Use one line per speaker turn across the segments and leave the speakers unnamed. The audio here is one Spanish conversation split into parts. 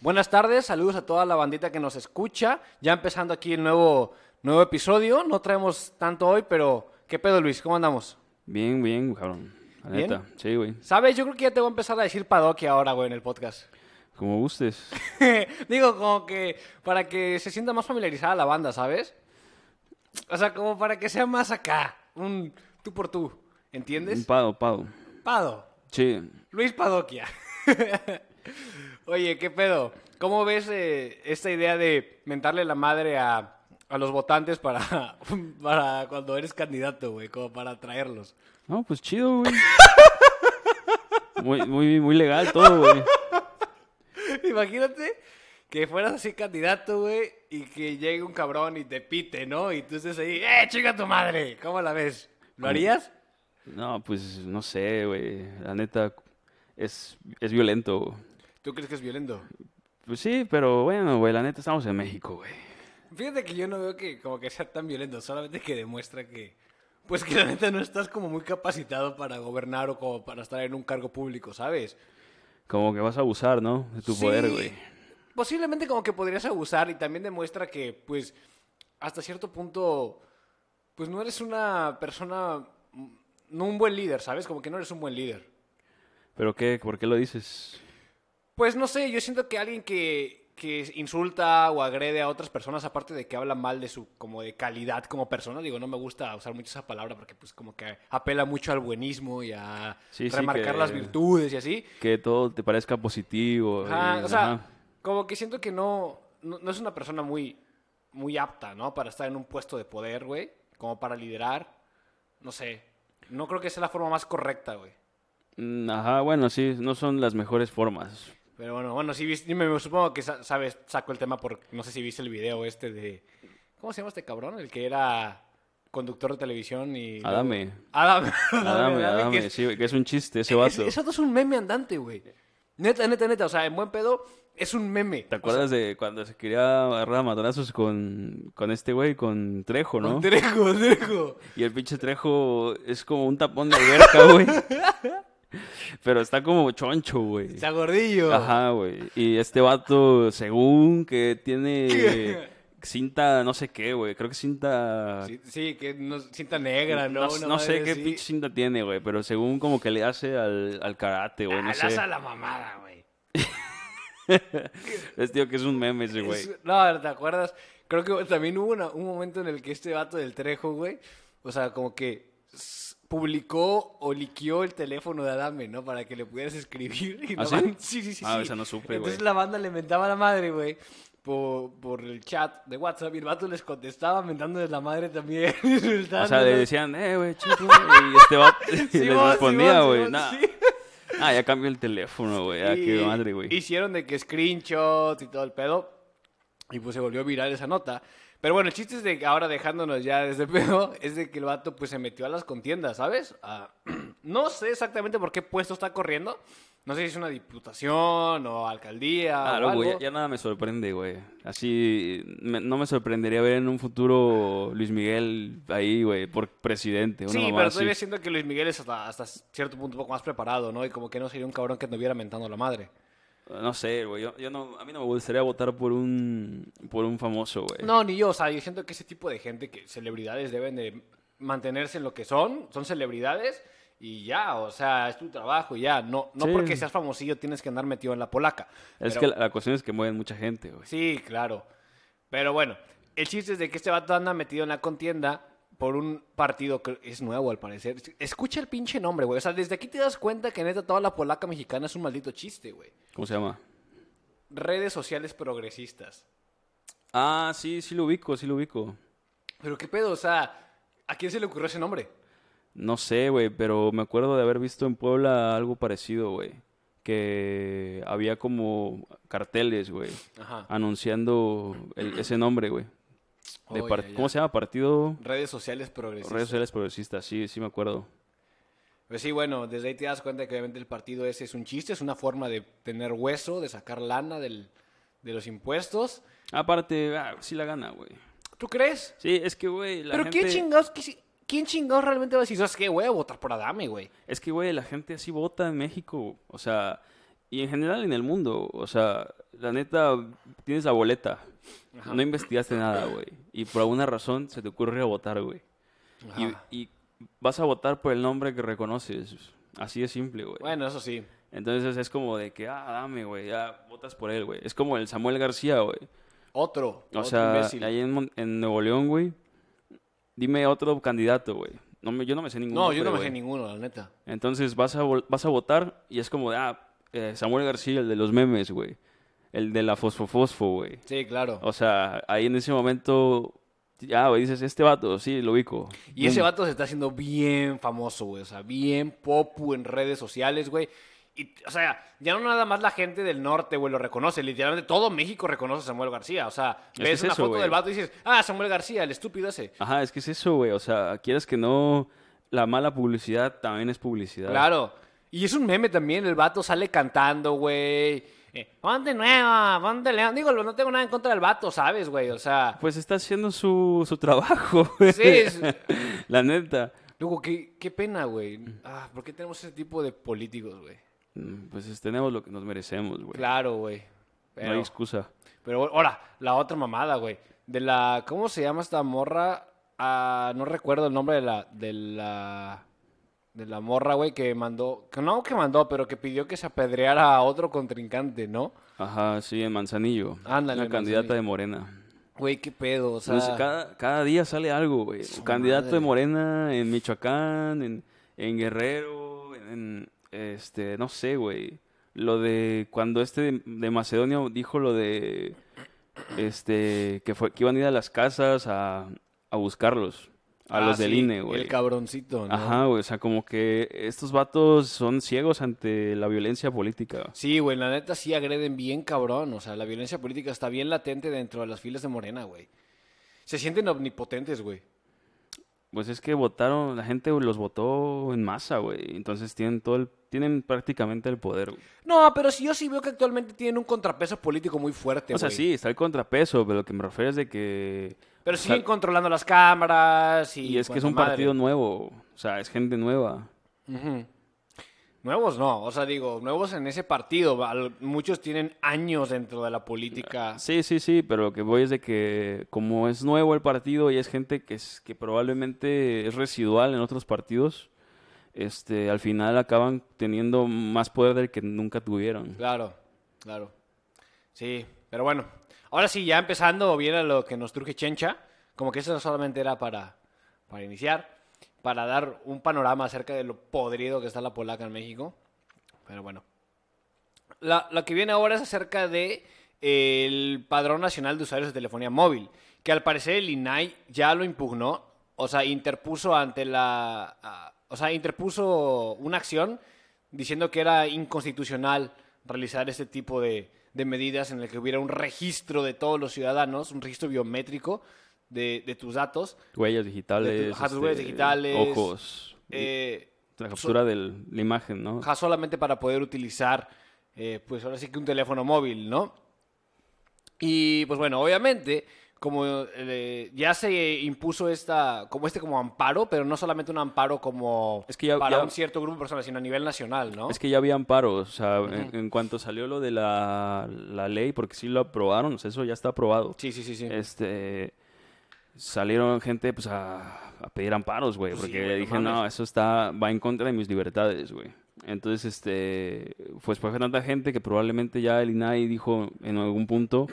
Buenas tardes, saludos a toda la bandita que nos escucha. Ya empezando aquí el nuevo, nuevo episodio. No traemos tanto hoy, pero ¿qué pedo, Luis? ¿Cómo andamos?
Bien, bien, cabrón. La
¿Bien?
neta. Sí, güey.
¿Sabes? Yo creo que ya te voy a empezar a decir Padoque ahora, güey, en el podcast.
Como gustes.
Digo, como que para que se sienta más familiarizada la banda, ¿sabes? O sea, como para que sea más acá, un tú por tú,
Un
¿entiendes?
pado, pado.
Pado,
Sí.
Luis Padoquia. Oye, ¿qué pedo? ¿Cómo ves eh, esta idea de mentarle la madre a, a los votantes para, para cuando eres candidato, güey? Como para atraerlos.
No, pues chido, güey. Muy, muy, muy legal todo, güey.
Imagínate que fueras así candidato, güey, y que llegue un cabrón y te pite, ¿no? Y tú estés ahí, ¡eh, chinga tu madre! ¿Cómo la ves? ¿Lo
¿Cómo?
harías?
No, pues no sé, güey. La neta es, es violento. güey.
¿Tú crees que es violento?
Pues sí, pero bueno, güey, la neta estamos en México, güey.
Fíjate que yo no veo que como que sea tan violento, solamente que demuestra que, pues que la neta no estás como muy capacitado para gobernar o como para estar en un cargo público, ¿sabes?
Como que vas a abusar, ¿no? De tu
Sí,
poder, güey.
Posiblemente como que podrías abusar y también demuestra que, pues, hasta cierto punto, pues no eres una persona, mm, no un buen líder, ¿sabes? Como que no eres un buen líder.
¿Pero qué? ¿Por qué lo dices?
Pues no sé, yo siento que alguien que, que insulta o agrede a otras personas, aparte de que habla mal de su como de calidad como persona, digo, no me gusta usar mucho esa palabra porque pues como que apela mucho al buenismo y a
Sí, sí,
remarcar
que-
las virtudes y así.
Que todo te parezca positivo.
Ajá,
y-
o sea,
ajá.
como que siento que no, no, no es una persona muy, muy apta, ¿no? Para estar en un puesto de poder, güey, como para liderar, no sé. No creo que sea la forma más correcta, güey.
Mm, Ajá, bueno, sí, no son las mejores formas.
Pero bueno, bueno, sí viste, me, me supongo que sa- sabes, saco el tema por, no sé si viste el video este de, ¿cómo se llama este cabrón? El que era conductor de televisión y... luego-
Adame.
Adame. Adame,
Adame,
Adame,
Adame,
que es-
sí, güey, que es un chiste ese
es-
vato.
Ese vato es un meme andante, güey. Neta, neta, neta, o sea, en buen pedo, es un meme.
¿Te acuerdas de cuando se quería agarrar a madrazos con, con este güey, con Trejo,
O sea,
no?
Trejo, Trejo.
Y el pinche Trejo es como un tapón de alberca, güey. Pero está como choncho, güey.
Está gordillo.
Ajá, güey. Y este vato, según que tiene cinta no sé qué, güey. Creo que cinta...
Sí, sí, que no, cinta negra, ¿no?
no,
Una
no sé
madre
qué
así.
pinche cinta tiene, güey. Pero según como que le hace al, al karate, güey.
Ah,
No
le hace
sé.
a la mamada, güey.
Es tío que es un meme ese, güey.
Es- no, ¿te acuerdas? Creo que también hubo una- un momento en el que este vato del Trejo, güey, o sea, como que s- publicó o liqueó el teléfono de Adame, ¿no? Para que le pudieras escribir. Y
¿Ah,
la
sí?
ban- sí, sí, sí,
Ah,
sí.
esa no supe,
Entonces
güey.
la banda le mentaba a la madre, güey. Por, por el chat de WhatsApp y el vato les contestaba mentándoles la madre también.
O sea, le decían, eh, güey, chico. Y este vato y le respondía, güey. Nah. Ah, ya cambió el teléfono, güey. Ah, qué
Y
madre, güey.
Hicieron de que screenshots y todo el pedo. Y pues se volvió viral esa nota. Pero bueno, el chiste es de que ahora dejándonos ya de ese pedo, es de que el vato pues se metió a las contiendas, ¿sabes? Ah, no sé exactamente por qué puesto está corriendo. No sé si es una diputación o alcaldía
Ah,
o
loco,
algo.
ya, ya nada me sorprende, güey. Así, me- no me sorprendería ver en un futuro Luis Miguel ahí, güey, por presidente. una
Sí,
mamá
pero
así.
todavía siento que Luis Miguel es hasta, hasta cierto punto un poco más preparado, ¿no? Y como que no sería un cabrón que anduviera mentando la madre.
No sé, güey. Yo, yo no, a mí no me gustaría votar por un, por un famoso, güey.
No, ni yo. O sea, yo siento que ese tipo de gente, que celebridades deben de mantenerse en lo que son. Son celebridades y ya, o sea, es tu trabajo y ya. No, no
Sí.
porque seas famosillo tienes que andar metido en la polaca.
es
Pero-
que la, la cuestión es que mueven mucha gente, güey.
Sí, claro. Pero bueno, el chiste es de que este vato anda metido en la contienda por un partido que es nuevo al parecer. Escucha el pinche nombre, güey. O sea, desde aquí te das cuenta que neta toda la polaca mexicana es un maldito chiste, güey.
¿Cómo se llama?
Redes sociales progresistas.
Ah, sí, sí lo ubico, sí lo ubico.
Pero qué pedo, o sea, ¿a quién se le ocurrió ese nombre?
No sé, güey, pero me acuerdo de haber visto en Puebla algo parecido, güey. Que había como carteles, güey,
Ajá.
anunciando el- ese nombre, güey. De
Oh,
par-
ya, ya.
¿Cómo se llama? Partido
Redes sociales progresistas.
Redes Sociales Progresistas, sí, sí me acuerdo.
Pues sí, bueno, desde ahí te das cuenta que obviamente el partido ese es un chiste, es una forma de tener hueso, de sacar lana del, de los impuestos.
Aparte, ah, sí la gana, güey.
¿Tú crees?
Sí, es que, güey, la
Pero ¿quién
gente-
chingados, quisi- quién chingados realmente va a decir, ¿sabes qué? Voy a votar por Adame, güey.
Es que, güey, la gente así vota en México, o sea, y en general en el mundo, o sea, la neta, tienes la boleta. No investigaste nada, güey. Y por alguna razón se te ocurre votar, güey. Y,
Ajá.
y vas a votar por el nombre que reconoces. Así de simple, güey.
Bueno, eso sí.
Entonces es como de que, ah, dame, güey, ya votas por él, güey. Es como el Samuel García, güey.
Otro.
O
otro
sea,
imbécil.
ahí en, Mon- en Nuevo León, güey, dime otro candidato, güey. No me- yo no me sé ninguno.
No, yo no me
güey.
sé ninguno, la neta.
Entonces vas a, vol- vas a votar y es como de, ah, eh, Samuel García, el de los memes, güey. El de la fosfofosfo, güey.
Sí, claro.
O sea, ahí en ese momento, ya, güey, dices, este vato, sí, lo ubico.
Y ese vato se está haciendo bien famoso, güey. O sea, bien popu en redes sociales, güey. Y, o sea, ya no nada más la gente del norte, güey, lo reconoce. Literalmente todo México reconoce a Samuel García. O sea,
Es que
ves
es
una
eso,
foto
güey.
del vato y dices, ah, Samuel García, el estúpido ese.
Ajá, es que es eso, güey. O sea, quieras que no, la mala publicidad también es publicidad.
Claro. Y es un meme también, el vato sale cantando, güey. Eh, ponte nueva, ponte león. Digo, no tengo nada en contra del vato, ¿sabes, güey? O sea,
Pues está haciendo su, su trabajo, güey.
Sí, es-
La neta.
luego, qué, qué pena, güey. Ah, ¿por qué tenemos ese tipo de políticos, güey?
Mm, Pues es- tenemos lo que nos merecemos, güey.
Claro, güey.
No hay
Pero,
excusa.
pero, bueno, ahora, la otra mamada, güey. De la, ¿cómo se llama esta morra? Ah, no recuerdo el nombre de la, de la, de la morra, güey, que mandó, que no que mandó, pero que pidió que se apedreara a otro contrincante, ¿no?
Ajá, sí, en Manzanillo.
Ándale,
Una
en
candidata
Manzanillo.
de Morena.
Güey, qué pedo, o sea.
No sé, cada, cada día sale algo, güey.
Su
Candidato de
madre.
Morena en Michoacán, en, en Guerrero, en, este, no sé, güey. Lo de cuando este de, de Macedonia dijo lo de este que fue que iban a ir a las casas a, a buscarlos, a
Ah,
los del
sí,
INE, güey.
El cabroncito, ¿no?
Ajá, güey, o sea, como que estos vatos son ciegos ante la violencia política.
Sí, güey, la neta sí agreden bien cabrón. O sea, la violencia política está bien latente dentro de las filas de Morena, güey. Se sienten omnipotentes, güey.
Pues es que votaron, la gente los votó en masa, güey. Entonces tienen todo el, tienen prácticamente el poder. güey.
No, pero sí, yo sí veo que actualmente tienen un contrapeso político muy fuerte,
O sea,
güey.
sí, está el contrapeso, pero lo que me refiero es de que...
Pero
o
siguen
sea,
controlando las cámaras y...
Y es que es
cuanta
un
madre.
partido nuevo, o sea, es gente nueva.
Ujú. Nuevos no, o sea, digo, nuevos en ese partido. Al- Muchos tienen años dentro de la política.
Sí, sí, sí, pero lo que voy es de que como es nuevo el partido y es gente que, es, que probablemente es residual en otros partidos, este, al final acaban teniendo más poder del que nunca tuvieron.
Claro, claro. Sí, pero bueno. Ahora sí, ya empezando bien a lo que nos truje Chencha, como que eso solamente era para, para iniciar, para dar un panorama acerca de lo podrido que está la polaca en México. Pero bueno. La, la que viene ahora es acerca de eh, el Padrón Nacional de Usuarios de Telefonía Móvil, que al parecer el INAI ya lo impugnó, o sea, interpuso ante la... a- o sea, interpuso una acción diciendo que era inconstitucional realizar este tipo de, de medidas en el que hubiera un registro de todos los ciudadanos, un registro biométrico de, de tus datos.
Huellas digitales, este,
ajá, tus huellas digitales,
ojos,
eh,
la captura del- la imagen, ¿no?
Ajá, solamente para poder utilizar, eh, pues ahora sí que un teléfono móvil, ¿no? Y pues bueno, obviamente, como eh, ya se impuso esta, como este como amparo, pero no solamente un amparo como
Es que ya-
para
ya-
un cierto grupo de personas, sino a nivel nacional, ¿no?
Es que ya había amparos, o sea, en, en cuanto salió lo de la, la ley, porque sí lo aprobaron, o sea, eso ya está aprobado.
Sí, sí, sí, sí.
Este salieron gente pues a, a pedir amparos, güey,
Pues sí,
porque
güey, no
dije,
mames.
"No, eso está va en contra de mis libertades, güey." Entonces, este pues fue tanta gente que probablemente ya el INAI dijo en algún punto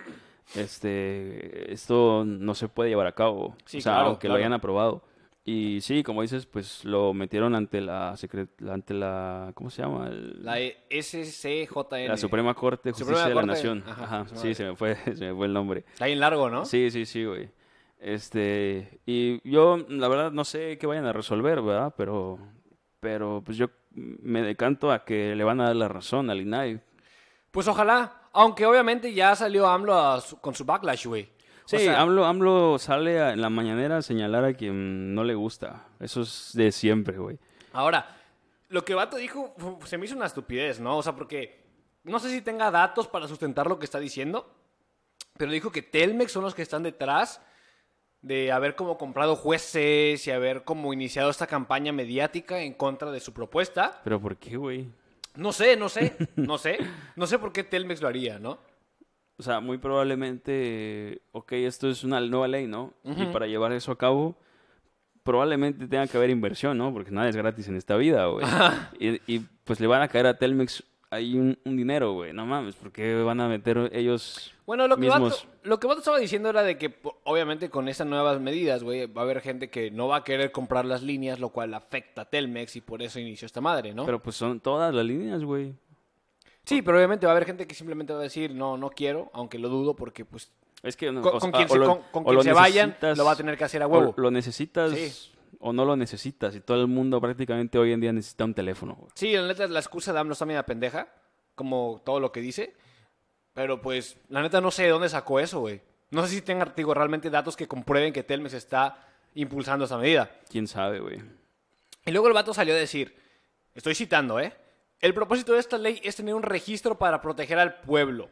este esto no se puede llevar a cabo,
Sí,
o sea,
claro,
aunque lo
claro.
hayan aprobado. Y sí, como dices, pues lo metieron ante la secre- ante la ¿cómo se llama? El-
La e- SCJN.
la Suprema Corte de Justicia
Suprema
de la
Corte,
Nación.
ajá,
Ajá,
su
sí,
madre.
se me fue se me fue el nombre.
Está bien largo, ¿no?
Sí, sí, sí, güey. Este, y yo, la verdad, no sé qué vayan a resolver, ¿verdad? Pero, pero, pues yo me decanto a que le van a dar la razón al INAI.
Pues ojalá, aunque obviamente ya salió AMLO a su- con su backlash, güey. O
Sí,
sea,
AMLO, AMLO sale a- en la mañanera a señalar a quien no le gusta. Eso es de siempre, güey.
Ahora, lo que Vato dijo fu- se me hizo una estupidez, ¿no? O sea, porque no sé si tenga datos para sustentar lo que está diciendo, pero dijo que Telmex son los que están detrás de haber como comprado jueces y haber como iniciado esta campaña mediática en contra de su propuesta.
Pero ¿por qué, güey?
No sé, no sé, no sé. No sé por qué Telmex lo haría, ¿no?
o sea, muy probablemente, ok, esto es una nueva ley, ¿no? Y
Ujú.
para llevar eso a cabo, probablemente tenga que haber inversión, ¿no? Porque nada es gratis en esta vida, güey. Y, y, pues le van a caer a Telmex ahí un, un dinero, güey. No mames, porque van a meter ellos
Bueno, lo que, Vato,
mismos?
lo que Vato estaba diciendo era de que, po- obviamente, con estas nuevas medidas, güey, va a haber gente que no va a querer comprar las líneas, lo cual afecta a Telmex y por eso inició esta madre, ¿no?
Pero pues son todas las líneas, güey.
sí, pero obviamente va a haber gente que simplemente va a decir, no, no quiero, aunque lo dudo porque, pues,
Es que no,
con,
o
con
sea,
quien
o
se,
lo-
con- con
o
quien
lo
se vayan,
necesitas-
lo va a tener que hacer a
o
huevo.
Lo necesitas
Sí.
o no lo necesitas. Y todo el mundo prácticamente hoy en día necesita un teléfono, güey.
Sí, la neta, la excusa de AMLO está media pendeja, como todo lo que dice. Pero pues, la neta, no sé de dónde sacó eso, güey. No sé si tenga, digo, realmente datos que comprueben que Telmex está impulsando esa medida.
¿Quién sabe, güey?
Y luego el vato salió a decir, estoy citando, ¿eh? El propósito de esta ley es tener un registro para proteger al pueblo.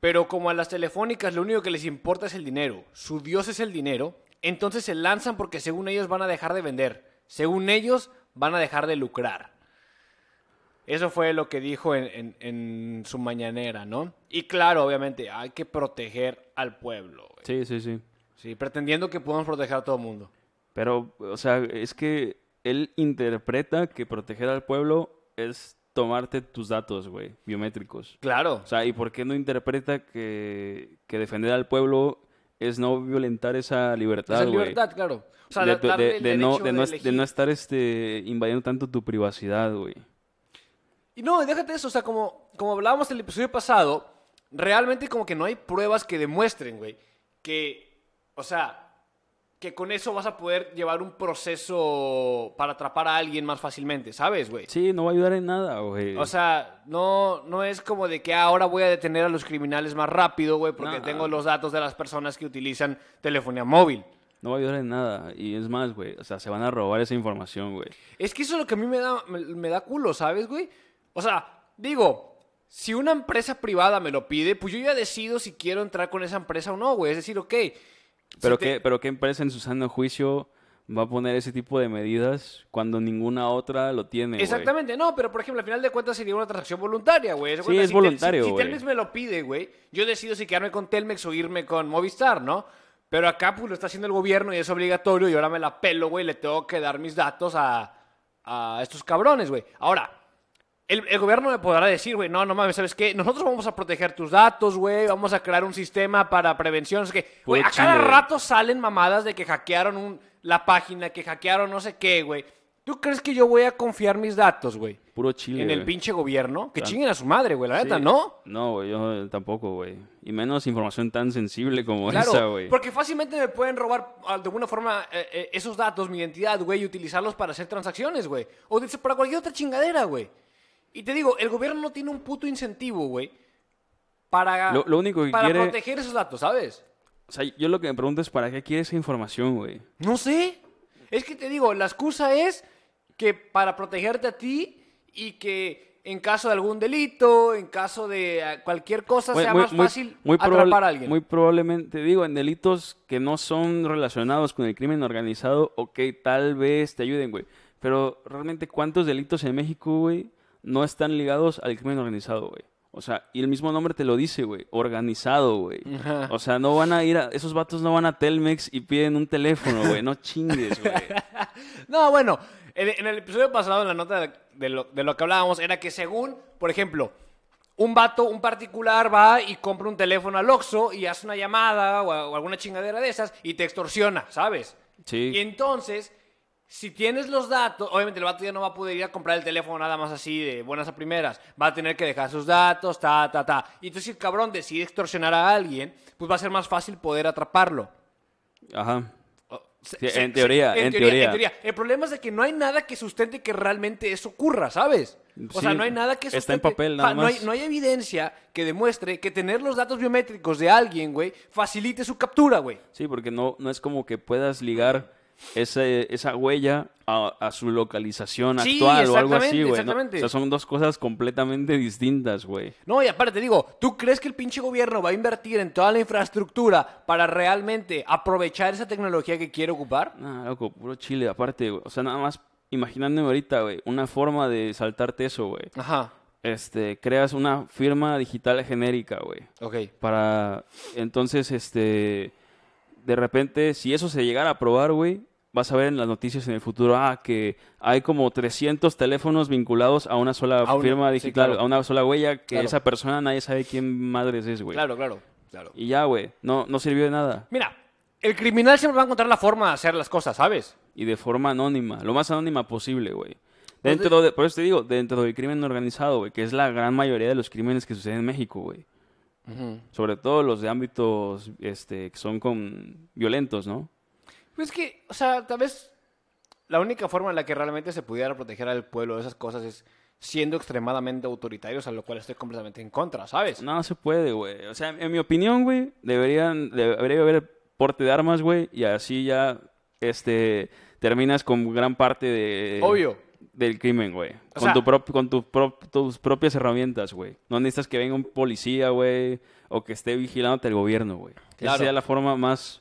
Pero como a las telefónicas lo único que les importa es el dinero, su dios es el dinero, entonces se lanzan porque según ellos van a dejar de vender, según ellos van a dejar de lucrar. Eso fue lo que dijo en, en- en su mañanera, ¿no? Y claro, obviamente, hay que proteger al pueblo. güey.
Sí, sí, sí.
Sí, pretendiendo que podemos proteger a todo el mundo.
Pero, o sea, es que él interpreta que proteger al pueblo es tomarte tus datos, güey, biométricos.
Claro.
O sea, ¿y por qué no interpreta que, que defender al pueblo es no violentar esa
Esa
libertad,
es
güey?
libertad, claro. O sea,
de,
da- darle
de-
el
de no,
derecho
de, no, es- de
elegir.
no estar este, invadiendo tanto tu privacidad, güey.
Y no, y déjate eso, o sea, como, como hablábamos en el episodio pasado, realmente como que no hay pruebas que demuestren, güey, que, o sea, que con eso vas a poder llevar un proceso para atrapar a alguien más fácilmente, ¿sabes, güey?
Sí, no va a ayudar en nada, güey.
O sea, no, no es como de que ahora voy a detener a los criminales más rápido, güey, porque
No.
tengo los datos de las personas que utilizan telefonía móvil.
no va a ayudar en nada. Y es más, güey, o sea, se van a robar esa información, güey.
Es que eso es lo que a mí me da, me, me da culo, ¿sabes, güey? O sea, digo, si una empresa privada me lo pide, pues yo ya decido si quiero entrar con esa empresa o no, güey. Es decir, ok.
Pero,
si te-
qué, pero qué empresa en su sano juicio va a poner ese tipo de medidas cuando ninguna otra lo tiene, güey?
Exactamente, no, pero por ejemplo, al final de cuentas sería una transacción voluntaria, güey. Haz de
Sí,
cuenta,
es
si Tel-
voluntario,
si- Si,
güey.
Telmex me lo pide, güey, yo decido si quedarme con Telmex o irme con Movistar, ¿no? Pero acá, pues lo está haciendo el gobierno y es obligatorio y ahora me la pelo, güey, le tengo que dar mis datos a, a estos cabrones, güey. Ahora, el, el gobierno me podrá decir, güey, no, no mames, ¿sabes qué? Nosotros vamos a proteger tus datos, güey, vamos a crear un sistema para prevención, es que, güey,
Puro
a cada
chingo, güey.
rato salen mamadas de que hackearon un- la página, que hackearon no sé qué, güey. ¿Tú crees que yo voy a confiar mis datos, güey?
Puro chile,
en el
güey.
pinche gobierno. Que
Tan-
chinguen a su madre, güey, la
Sí.
neta, ¿no?
No, güey, yo tampoco, güey. Y menos información tan sensible como
Claro,
esa, güey.
porque fácilmente me pueden robar ah, de alguna forma eh, eh, esos datos, mi identidad, güey, y utilizarlos para hacer transacciones, güey. O de- para cualquier otra chingadera, güey. Y te digo, el gobierno no tiene un puto incentivo, güey, para,
Lo- lo único que
para
quiere-
proteger esos datos, ¿sabes?
O sea, yo lo que me pregunto es para qué quiere esa información, güey.
No sé. Es que te digo, la excusa es que para protegerte a ti y que en caso de algún delito, en caso de ah, cualquier cosa, sea más fácil
probable-
atrapar a alguien.
Muy probablemente, digo, en delitos que no son relacionados con el crimen organizado, ok, tal vez te ayuden, güey. Pero realmente, ¿cuántos delitos en México, güey, no están ligados al crimen organizado, güey? O sea, y el mismo nombre te lo dice, güey, organizado, güey.
Ajá.
O sea, no van a ir a, esos vatos no van a Telmex y piden un teléfono, güey, no chingues, güey.
No, bueno, en, en el episodio pasado, en la nota de, de lo, de lo que hablábamos, era que según, por ejemplo, un vato, un particular va y compra un teléfono al Oxxo y hace una llamada o, a- o alguna chingadera de esas y te extorsiona, ¿sabes?
Sí.
Y entonces, si tienes los datos, obviamente el vato ya no va a poder ir a comprar el teléfono nada más así de buenas a primeras. Va a tener que dejar sus datos, ta, ta, ta. Y entonces si el cabrón decide extorsionar a alguien, pues va a ser más fácil poder atraparlo.
Ajá.
O- se-
Sí,
se-
en teoría,
se-
en
en
teoría.
teoría. El problema es de que no hay nada que sustente que realmente eso ocurra, ¿sabes? O
Sí,
sea, no hay nada que
está
sustente.
en papel nada
Ajá, no hay-
más.
No hay, evidencia que demuestre que tener los datos biométricos de alguien, güey, facilite su captura, güey.
Sí, porque no, no es como que puedas ligar ese, esa huella a, a su localización
Sí,
actual o algo
exactamente,
así, güey. ¿no?
exactamente.
O sea, son dos cosas completamente distintas, güey.
No, y aparte te digo, ¿tú crees que el pinche gobierno va a invertir en toda la infraestructura para realmente aprovechar esa tecnología que quiere ocupar?
Nah, loco, puro chile aparte, güey. O sea, nada más imaginándome ahorita, güey, una forma de saltarte eso, güey.
Ajá.
este, creas una firma digital genérica, güey.
Ok.
Para, entonces, este, de repente, si eso se llegara a aprobar, güey, vas a ver en las noticias en el futuro, ah, que hay como 300 teléfonos vinculados a una sola
A una-
firma
sí,
digital,
claro.
a una sola huella, que
Claro.
esa persona nadie sabe quién madres es, güey.
Claro, claro, claro.
Y ya, güey, no, no sirvió de nada.
Mira, el criminal siempre va a encontrar la forma de hacer las cosas, ¿sabes?
Y de forma anónima, lo más anónima posible, güey. Dentro de, por eso te digo, dentro del crimen organizado, güey, que es la gran mayoría de los crímenes que suceden en México, güey. Sobre todo los de ámbitos este, que son con violentos, ¿no?
Pues es que, o sea, tal vez la única forma en la que realmente se pudiera proteger al pueblo de esas cosas es siendo extremadamente autoritarios, a lo cual estoy completamente en contra, ¿sabes?
No, no se puede, güey. O sea, en mi opinión, güey, deberían, debería haber porte de armas, güey, y así ya, este, terminas con gran parte de...
Obvio.
Del crimen, güey. Con,
sea-
tu prop- con tu prop- tus propias herramientas, güey. No necesitas que venga un policía, güey, o que esté vigilándote el gobierno, güey.
Claro.
Esa sería la forma más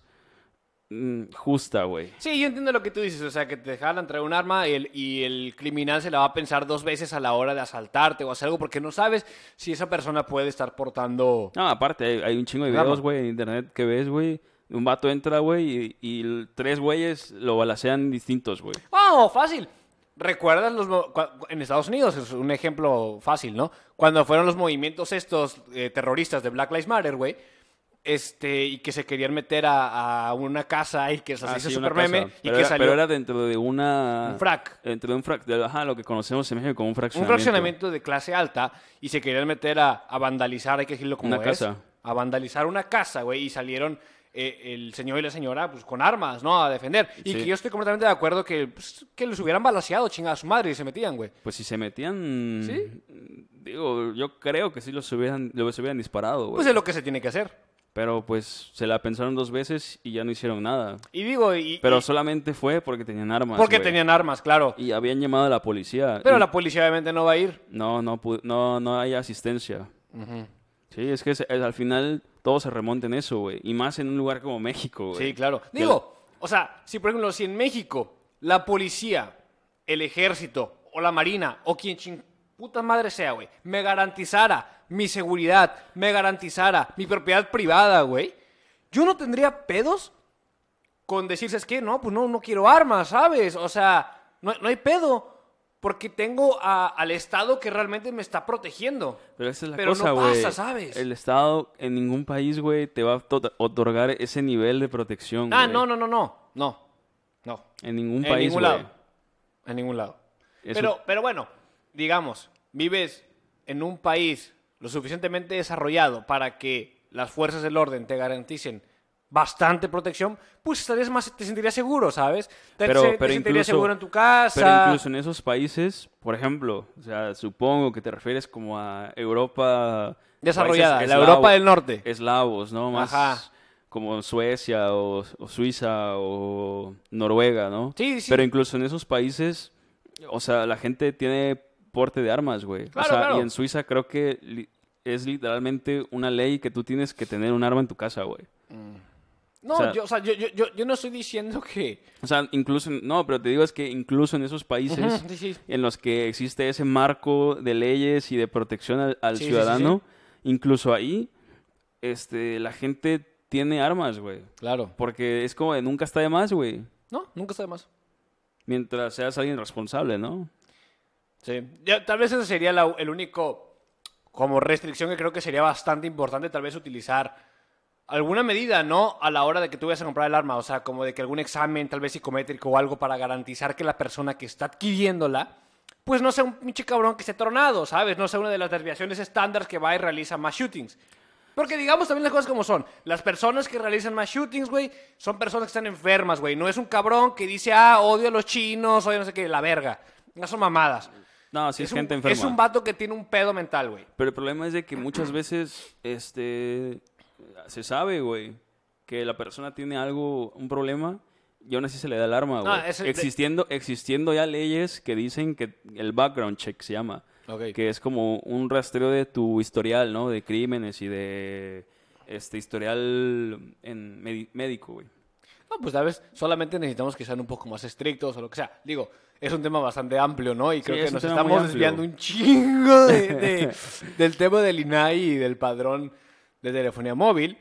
mm, justa, güey.
Sí, yo entiendo lo que tú dices, o sea, que te dejaran traer un arma y el, y el criminal se la va a pensar dos veces a la hora de asaltarte o hacer algo porque no sabes si esa persona puede estar portando...
No, aparte, hay, hay un chingo de
Rama.
videos, güey, en internet que ves, güey. Un vato entra, güey, y, y l- tres güeyes lo balacean distintos, güey.
¡Oh, fácil! ¿Recuerdas los mo- cua- en Estados Unidos? Es un ejemplo fácil, ¿no? Cuando fueron los movimientos estos eh, terroristas de Black Lives Matter, güey. Este, y que se querían meter a, a una casa y que se
Ah,
hizo
sí, una
super meme
casa.
y
pero,
que
era,
salió
pero era dentro de una...
Un frac.
Dentro de un frac. de- ajá, lo que conocemos en México como un
un
fraccionamiento.
fraccionamiento de clase alta y se querían meter a, a vandalizar, hay que decirlo como
Una
es,
casa.
A vandalizar una casa, güey, y salieron eh, el señor y la señora pues con armas, ¿no? A defender. Y
Sí.
que yo estoy completamente de acuerdo que, pues, que los hubieran balaseado, chingada, a su madre y se metían, güey.
Pues si se metían...
¿Sí?
Digo, yo creo que sí los hubieran, los hubieran disparado, güey.
Pues es lo que se tiene que hacer.
Pero pues se la pensaron dos veces y ya no hicieron nada.
Y digo, y,
Pero
y-
solamente fue porque tenían armas,
porque
güey.
tenían armas, claro.
Y habían llamado a la policía.
Pero
Y-
la policía obviamente no va a ir.
No, no, pu- no, no hay asistencia. Sí, es que se- al final todo se remonta en eso, güey. Y más en un lugar como México, güey.
Sí, claro.
pues. Que-
Digo, o sea, si por ejemplo, si en México la policía, el ejército o la marina o quien ching puta madre sea, güey, me garantizara mi seguridad, me garantizara mi propiedad privada, güey, yo no tendría pedos con decirse, es que no, pues no, no quiero armas, ¿sabes? O sea, no, no hay pedo. Porque tengo a- al Estado que realmente me está protegiendo.
Pero esa es la
Pero
cosa,
no
güey.
pasa, ¿sabes?
El Estado en ningún país, güey, te va a to- otorgar ese nivel de protección,
Ah,
güey.
no, no, no, no. No. No.
En ningún
en
país,
ningún
güey.
lado. En ningún lado.
Eso-
Pero, pero bueno, digamos, vives en un país lo suficientemente desarrollado para que las fuerzas del orden te garanticen bastante protección, pues estarías más, te sentirías seguro, ¿sabes? Te,
Pero,
se- te
pero
sentirías
incluso-
seguro en tu casa.
Pero incluso en esos países, por ejemplo, o sea, supongo que te refieres como a Europa...
Desarrollada,
países
la
eslavo-
Europa del norte.
Eslavos, ¿no? Más
Ajá.
como Suecia o, o Suiza o Noruega, ¿no?
Sí, sí.
Pero incluso en esos países, o sea, la gente tiene porte de armas, güey.
Claro,
o sea,
claro.
y en Suiza creo que li- es literalmente una ley que tú tienes que tener un arma en tu casa, güey.
no,
o sea-
yo, o sea, yo, yo- yo- yo no estoy diciendo que...
O sea, incluso, en- no, pero te digo es que incluso en esos países
Ujú, sí, sí.
en los que existe ese marco de leyes y de protección al, al
Sí, sí, sí,
ciudadano, incluso ahí, este, la gente tiene armas, güey.
Claro.
Porque es como de nunca está de más, güey.
No, nunca está de más.
Mientras seas alguien responsable, ¿no?
Sí. Ya, tal vez ese sería la- el único como restricción que creo que sería bastante importante tal vez utilizar alguna medida, ¿no? A la hora de que tú vayas a comprar el arma, o sea, como de que algún examen tal vez psicométrico o algo para garantizar que la persona que está adquiriéndola pues no sea un pinche cabrón que esté tronado, ¿sabes? No sea una de las desviaciones estándar que va y realiza más shootings. Porque digamos también las cosas como son. Las personas que realizan más shootings, güey, son personas que están enfermas, güey. No es un cabrón que dice, ah, odio a los chinos, odio no sé qué, la verga. No son mamadas
No, si es, gente
un,
enferma.
Es un vato que tiene un pedo mental, güey.
Pero el problema es de que muchas veces, este, se sabe, güey, que la persona tiene algo, un problema, y aún así se le da el arma,
No,
güey.
ese- de-
existiendo, existiendo ya leyes que dicen que el background check se llama,
Ok.
que es como un rastreo de tu historial, ¿no? De crímenes y de, este, historial en medi- médico, güey.
No, pues tal vez solamente necesitamos que sean un poco más estrictos o lo que sea. Digo, es un tema bastante amplio, ¿no? Y creo
es
que
un
nos
tema muy
estamos
amplio.
desviando un chingo de- de- del tema del INAI y del padrón de telefonía móvil.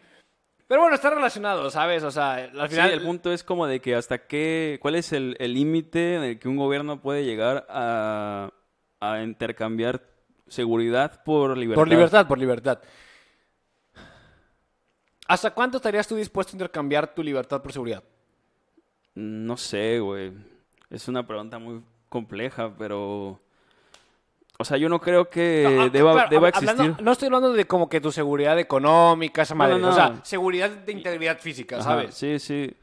Pero bueno, está relacionado, ¿sabes? O sea, al
Sí,
final...
el punto es como de que hasta qué, cuál es el el límite en el que un gobierno puede llegar a, a intercambiar seguridad por libertad.
Por libertad, por libertad. ¿Hasta cuánto estarías tú dispuesto a intercambiar tu libertad por seguridad?
No sé, güey. Es una pregunta muy compleja, pero... O sea, yo no creo que
Ah,
deba,
claro,
deba
hab- hablando-
existir...
no estoy hablando de como que tu seguridad económica, esa madre.
no,
O sea,
no.
seguridad de integridad física,
Ajá,
¿sabes?
Sí, sí.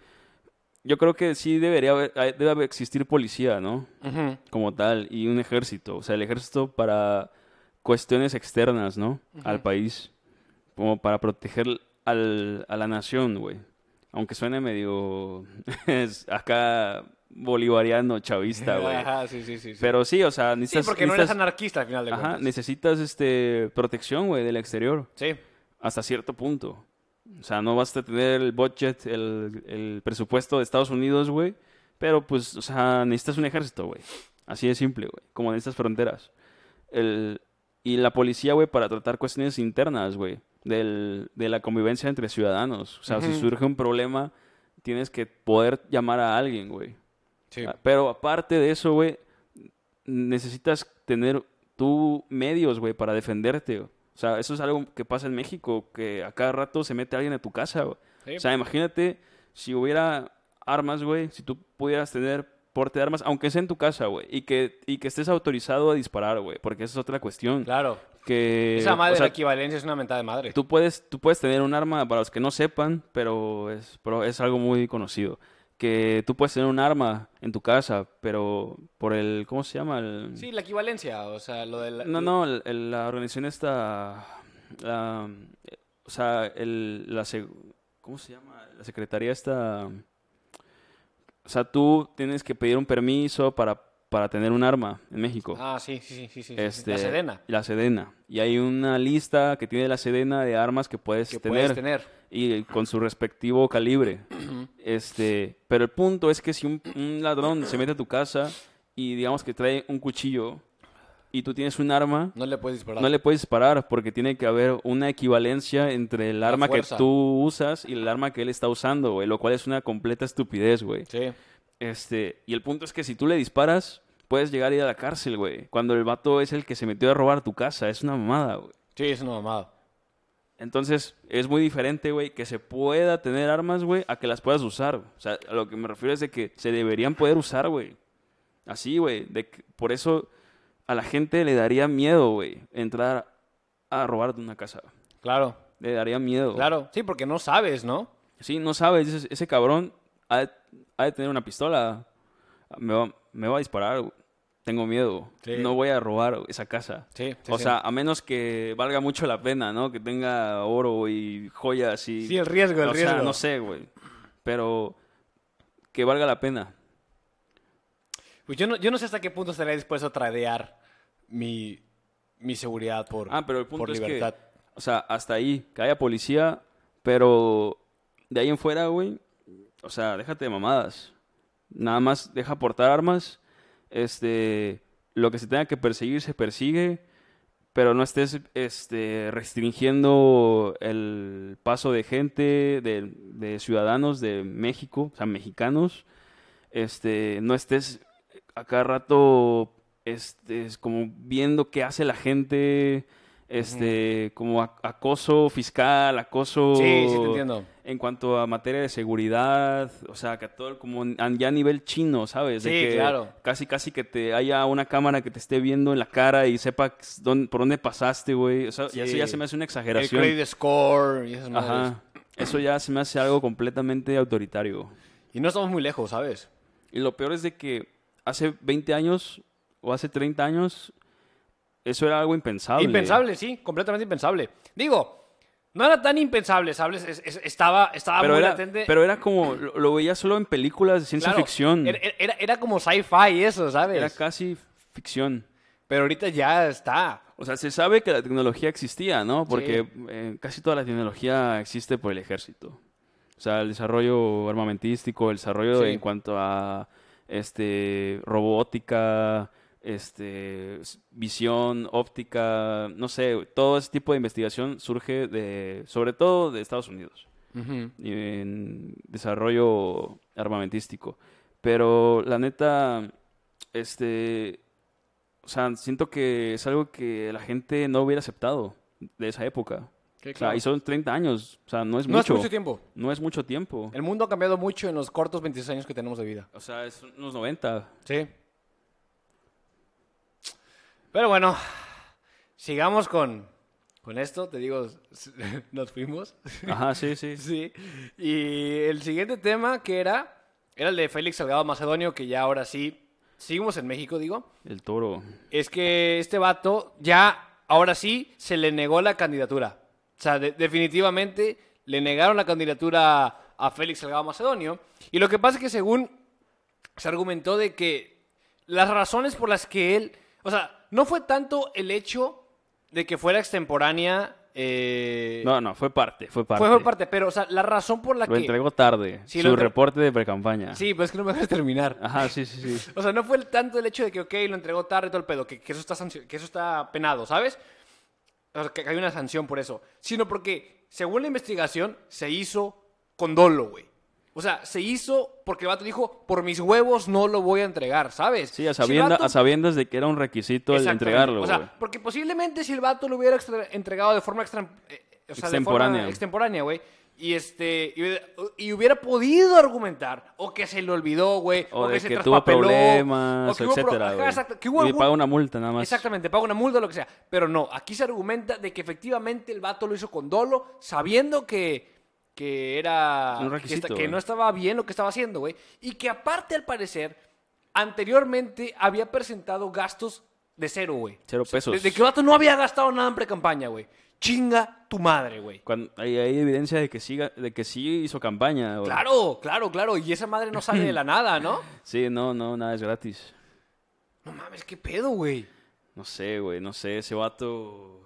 Yo creo que sí debería haber- hay- debe haber- existir policía, ¿no?
Ujú.
Como tal, y un ejército. O sea, el ejército para cuestiones externas, ¿no? Al país. Como para proteger al- a la nación, güey. Aunque suene medio es acá bolivariano, chavista, güey.
Ajá, sí, sí, sí. sí.
Pero sí, o sea,
sí,
necesitas,
porque no eres
necesitas-
anarquista al final de
ajá,
cuentas.
necesitas, este, protección, güey, del exterior
Sí.
hasta cierto punto. O sea, no basta tener el budget, el, el presupuesto de Estados Unidos, güey. Pero pues, o sea, necesitas un ejército, güey. Así de simple, güey. Como necesitas fronteras. El, y la policía, güey, para tratar cuestiones internas, güey. del- De la convivencia entre ciudadanos. O sea, si
Ujú.
surge un problema, tienes que poder llamar a alguien, güey.
Sí.
Ah, Pero aparte de eso, güey, necesitas tener tú medios, güey, para defenderte. O sea, eso es algo que pasa en México, que a cada rato se mete alguien a tu casa, güey.
Sí.
O sea, imagínate si hubiera armas, güey, si tú pudieras tener porte de armas, aunque sea en tu casa, güey, y que, y que estés autorizado a disparar, güey, porque esa es otra cuestión.
Claro.
Que,
Esa madre
o sea,
de la equivalencia es una mentada de madre.
Tú puedes, tú puedes tener un arma, para los que no sepan, pero es, pero es algo muy conocido. Que tú puedes tener un arma en tu casa, pero por el. ¿Cómo se llama? El-
Sí, la equivalencia, o sea, lo de la...
No, no, el- el- la organización esta. la- eh, o sea, el, la. seg- ¿Cómo se llama? La secretaría esta. O sea, tú tienes que pedir un permiso para, para tener un arma en México.
Ah, sí, sí, sí, sí, sí, sí.
Este,
La sedena
La Sedena. Y hay una lista que tiene la Sedena de armas que puedes
que
tener.
puedes tener.
Y con su respectivo calibre. este, pero el punto es que si un, un ladrón se mete a tu casa y digamos que trae un cuchillo y tú tienes un arma,
No le puedes disparar.
no le puedes disparar porque tiene que haber una equivalencia entre el arma que
fuerza.
tú usas y el arma que él está usando, güey. Lo cual es una completa estupidez, güey.
Sí.
Este, y el punto es que si tú le disparas, puedes llegar a ir a la cárcel, güey. Cuando el vato es el que se metió a robar tu casa, es una mamada, güey.
Sí, es una mamada.
Entonces, es muy diferente, güey, que se pueda tener armas, güey, a que las puedas usar. O sea, a lo que me refiero es de que se deberían poder usar, güey. Así, güey. de que- Por eso a la gente le daría miedo, güey, entrar a robar de una casa.
Claro,
Le daría miedo.
claro. Sí, porque no sabes, ¿no?
Sí, no sabes, dices, ese cabrón ha de, ha de tener una pistola. Me va, me va a disparar, güey. tengo miedo.
Sí.
No voy a robar esa casa.
Sí, sí,
o
sí.
sea, a menos que valga mucho la pena, ¿no? Que tenga oro y joyas y...
Sí, el riesgo, el
o sea,
riesgo.
no sé, güey. Pero que valga la pena.
Pues yo no, yo no sé hasta qué punto estaría dispuesto a tradear mi, mi seguridad por,
Ah, pero el punto
por
es
libertad.
que... O sea, hasta ahí, que haya policía, pero de ahí en fuera, güey, o sea, déjate de mamadas. Nada más deja portar armas, este, lo que se tenga que perseguir se persigue, pero no estés, este, restringiendo el paso de gente, de, de ciudadanos de México, o sea, mexicanos, este, no estés a cada rato, este, es como viendo qué hace la gente, este, como a- acoso fiscal, acoso
Sí, sí, te entiendo.
en cuanto a materia de seguridad, o sea, que a todo el- como en- ya a nivel chino, ¿sabes? De
Sí,
que
claro.
Casi, casi que te haya una cámara que te esté viendo en la cara y sepa que s- dónde- por dónde pasaste, güey. O sea, y eso
Sí.
ya se me hace una
El
exageración.
credit score y esas madres.
Ajá. Eso ya se me hace algo completamente autoritario.
Y no estamos muy lejos, ¿sabes?
Y lo peor es de que hace 20 años o hace 30 años, eso era algo impensable.
Impensable, sí, completamente impensable. Digo, no era tan impensable, ¿sabes? Es- es- estaba estaba
Pero
Ah, muy
era,
latente.
pero era como, lo, lo veía solo en películas de ciencia
Claro,
ficción.
Era, era- era como sci-fi eso, ¿sabes?
era casi ficción.
Pero ahorita ya está.
O sea, se sabe que la tecnología existía, ¿no? Porque
Sí.
eh, casi toda la tecnología existe por el ejército. O sea, el desarrollo armamentístico, el desarrollo
Sí.
en cuanto a este robótica, este s- visión óptica, no sé, todo ese tipo de investigación surge de sobre todo de Estados Unidos
Ujú.
y en desarrollo armamentístico. Pero la neta, este, o sea, siento que es algo que la gente no hubiera aceptado de esa época.
Sí,
O sea,
claro.
y son 30 años, o sea, no es
No hace
mucho.
mucho tiempo.
No es mucho tiempo.
El mundo ha cambiado mucho en los cortos 26 años que tenemos de vida.
O sea, es unos 90.
Sí. Pero bueno, sigamos con, con esto. Te digo, nos fuimos.
Ajá, sí, sí.
Sí. Y el siguiente tema que era, era el de Félix Salgado Macedonio, que ya ahora sí, seguimos en México, digo.
El toro.
Es que este vato ya, ahora sí, se le negó la candidatura. O sea, de- definitivamente le negaron la candidatura a, a Félix Salgado Macedonio. Y lo que pasa es que según se argumentó de que las razones por las que él, o sea, no fue tanto el hecho de que fuera extemporánea. eh,
No, no, fue parte, fue parte.
fue por parte, pero, o sea, la razón por la
Lo
que...
entregó tarde.
Sí,
su
lo entre-
reporte de precampaña.
Sí, pero es que no me dejas terminar.
Ajá, sí, sí, sí.
O sea, no fue el- tanto el hecho de que, ok, lo entregó tarde y todo el pedo, que, que eso está sancio- que eso está penado, ¿sabes? O sea, que que hay una sanción por eso. Sino porque, según la investigación, se hizo con dolo, güey. O sea, se hizo porque el vato dijo, por mis huevos no lo voy a entregar, ¿sabes?
Sí, a,
Si el
sabienda-
vato-
a sabiendas de que era un requisito el
Exactamente.
entregarlo,
O sea,
güey.
porque posiblemente si el vato lo hubiera extra- entregado de forma, extra- eh, o sea, de forma
Extemporánea.
extemporánea, güey. Y este y hubiera, y hubiera podido argumentar o que se le olvidó, güey,
O de
que
que,
se
tuvo
traspapeló,
problemas,
o que hubo pro-
etcétera,
Ajá,
güey.
exacto, que hubo
Y
algún-
paga una multa nada más.
Exactamente, paga una multa o lo que sea. Pero no, aquí se argumenta de que efectivamente el vato lo hizo con dolo, sabiendo que, que era.
Un
que
requisito,
esta- Que,
güey.
no estaba bien lo que estaba haciendo, güey. Y que aparte, al parecer, anteriormente había presentado gastos de cero, güey.
Cero pesos.
Desde que el vato no había gastado nada en pre-campaña, güey. Chinga tu madre, güey.
Cuando- hay, hay evidencia de que, siga, de que sí hizo campaña. güey.
Claro, claro, claro. Y esa madre no sale de la nada, ¿no?
Sí, no, no, nada es gratis.
No mames, qué pedo, güey.
No sé, güey, no sé. Ese vato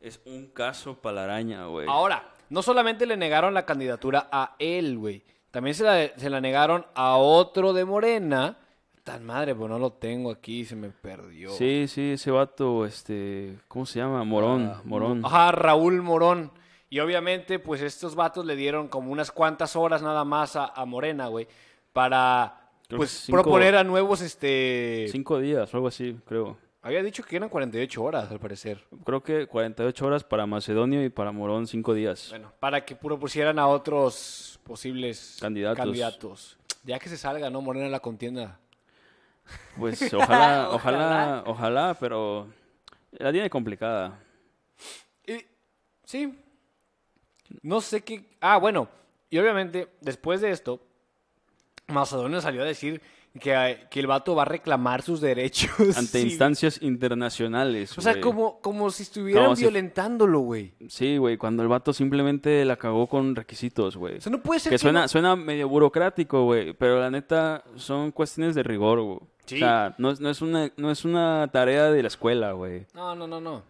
es un caso para la araña, güey.
Ahora, no solamente le negaron la candidatura a él, güey. También se la, se la negaron a otro de Morena. Tan madre, pues no lo tengo aquí, se me perdió.
Sí, sí, ese vato, este, ¿cómo se llama? Morón,
Ah,
Morón.
Ajá, Raúl Morón. Y obviamente, pues estos vatos le dieron como unas cuantas horas nada más a, a Morena, güey, para
Creo
pues
que cinco-
proponer a nuevos, este...
Cinco días o algo así, creo.
Había dicho que eran 48 horas, al parecer.
Creo que 48 horas para Macedonio y para Morón, cinco días.
Bueno, para que propusieran a otros posibles
Candidatos.
candidatos. Ya que se salga, ¿no? Morena la contienda.
Pues ojalá, ojalá, ojalá, pero la tiene complicada.
Y- sí. No sé qué. Ah, bueno. Y obviamente, después de esto, Macedonia salió a decir que, ah, que el vato va a reclamar sus derechos.
Ante
Sí.
instancias internacionales.
O sea,
güey.
como, como si estuvieran
Como si-
violentándolo, güey.
Sí, güey, cuando el vato simplemente la cagó con requisitos, güey.
O sea, no puede ser
que
que
suena,
no-
suena medio burocrático, güey, pero la neta son cuestiones de rigor, güey.
Sí.
O sea, no, es- no es una, no es una tarea de la escuela, güey.
No, no, no, no.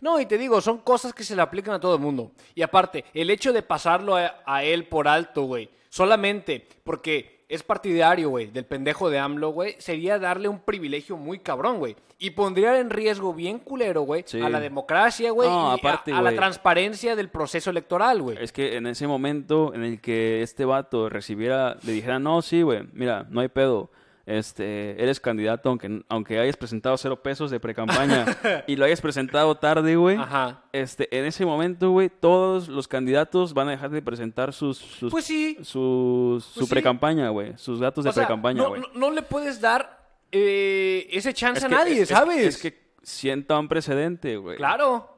No, y te digo, son cosas que se le aplican a todo el mundo. Y aparte, el hecho de pasarlo a, a él por alto, güey, solamente porque es partidario, güey, del pendejo de AMLO, güey, sería darle un privilegio muy cabrón, güey. Y pondría en riesgo bien culero, güey,
Sí.
a la democracia, güey,
No,
y a-
aparte,
a, la
güey.
transparencia del proceso electoral, güey.
Es que en ese momento en el que este vato recibiera, le dijera, no, sí, güey, mira, no hay pedo. Este, eres candidato aunque, aunque hayas presentado cero pesos de precampaña y lo hayas presentado tarde, güey.
Ajá.
Este, en ese momento, güey, todos los candidatos van a dejar de presentar sus, sus
Pues sí.
sus- su
Pues sí.
precampaña, güey, sus datos de
O sea,
precampaña,
no-
güey.
no, no le puedes dar eh, ese chance
Es
a
que-
nadie,
es- es-
¿sabes?
Es, que sienta un precedente, güey.
Claro.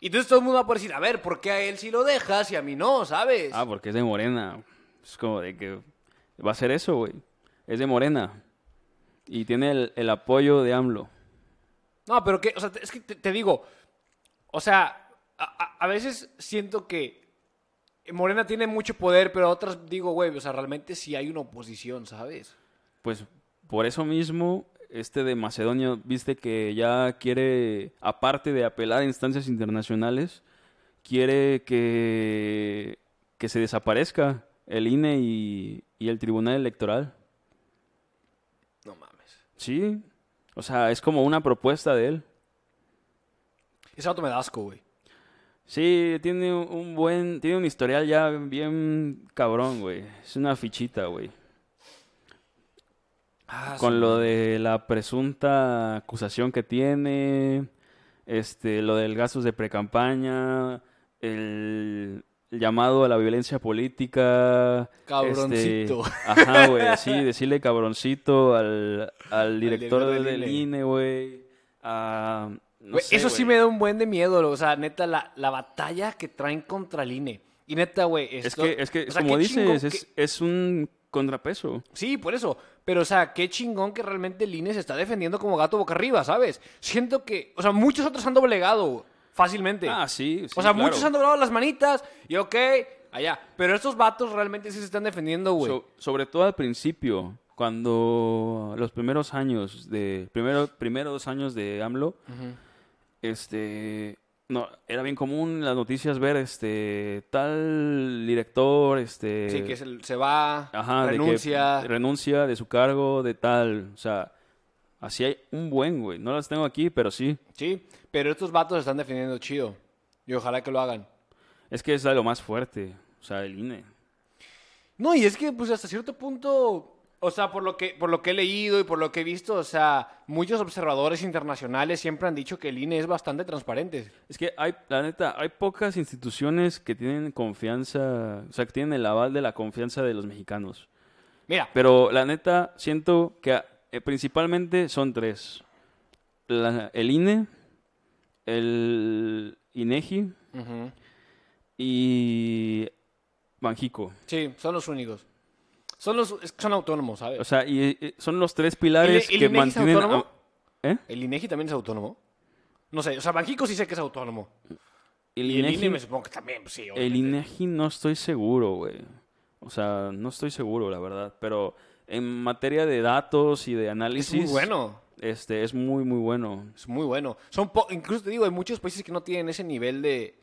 Y entonces todo el mundo va a poder decir, a ver, ¿por qué a él sí lo dejas y a mí no, sabes?
Ah, porque es de Morena. Es como de que va a ser eso, güey. Es de Morena. Y tiene el, el apoyo de AMLO.
No, pero que, o sea, te- es que te, te digo, o sea, a, a- a veces siento que Morena tiene mucho poder, pero otras digo, güey, o sea, realmente sí hay una oposición, ¿sabes?
Pues por eso mismo, este de Macedonio, viste que ya quiere, aparte de apelar a instancias internacionales, quiere que, que se desaparezca el INE y, y el Tribunal Electoral.
No mames.
Sí. O sea, es como una propuesta de él.
Ese auto me da asco, güey.
Sí, tiene un buen, tiene un historial ya bien cabrón, güey. Es una fichita, güey.
Ah,
Con lo de la presunta acusación que tiene, este, lo del gastos de precampaña, el el llamado a la violencia política. este,
Cabroncito.
ajá, güey, sí, decirle cabroncito al, al director,
director del
del
INE.
INE, güey. a- no
Güey,
sé,
eso sí
güey.
me da un buen de miedo, lo- o sea, neta, la, la batalla que traen contra el INE. Y neta, güey,
Es
esto-
que, es que
o sea,
como
qué
dices,
chingón
es,
que-
es un contrapeso.
Sí, por eso. Pero, o sea, qué chingón que realmente el INE se está defendiendo como gato boca arriba, ¿sabes? Siento que, o sea, muchos otros han doblegado fácilmente.
Ah, sí. sí,
Este, o sea,
claro.
muchos han doblado las manitas y ok, allá. Pero estos vatos realmente sí se están defendiendo, güey.
So- sobre todo al principio, cuando los primeros años de primero primero dos años de AMLO, este no era bien común en las noticias ver este tal director, este
sí, que se, se va,
ajá, de que
renuncia.
renuncia de su cargo de tal, o sea, así hay un buen güey, no las tengo aquí, pero sí.
Sí, pero estos vatos se están defendiendo chido. Y ojalá que lo hagan.
Es que es lo más fuerte, o sea, el E. INE.
No, y es que pues hasta cierto punto, o sea, por lo que por lo que he leído y por lo que he visto, o sea, muchos observadores internacionales siempre han dicho que el INE es bastante transparente.
Es que hay, la neta, hay pocas instituciones que tienen confianza, o sea, que tienen el aval de la confianza de los mexicanos.
Mira,
Pero la neta, siento que eh, principalmente son tres. La- el INE, el INEGI
ujú,
y Banjico.
sí, son los únicos. Son los es que son autónomos, ¿sabes?
O sea, y, y son los tres pilares
¿El- el INEGI
que
es
mantienen... a-
autónomo?
¿Eh?
el INEGI también es autónomo. No sé, o sea, Banjico sí sé que es autónomo.
El E
Y el
INEGI,
INE me supongo que también, pues, sí.
el E
obviamente.
INEGI no estoy seguro, güey. O sea, no estoy seguro, la verdad. Pero en materia de datos y de
es
análisis...
muy bueno.
Este, es muy, muy bueno.
Es muy bueno. Son po- incluso te digo, hay muchos países que no tienen ese nivel de,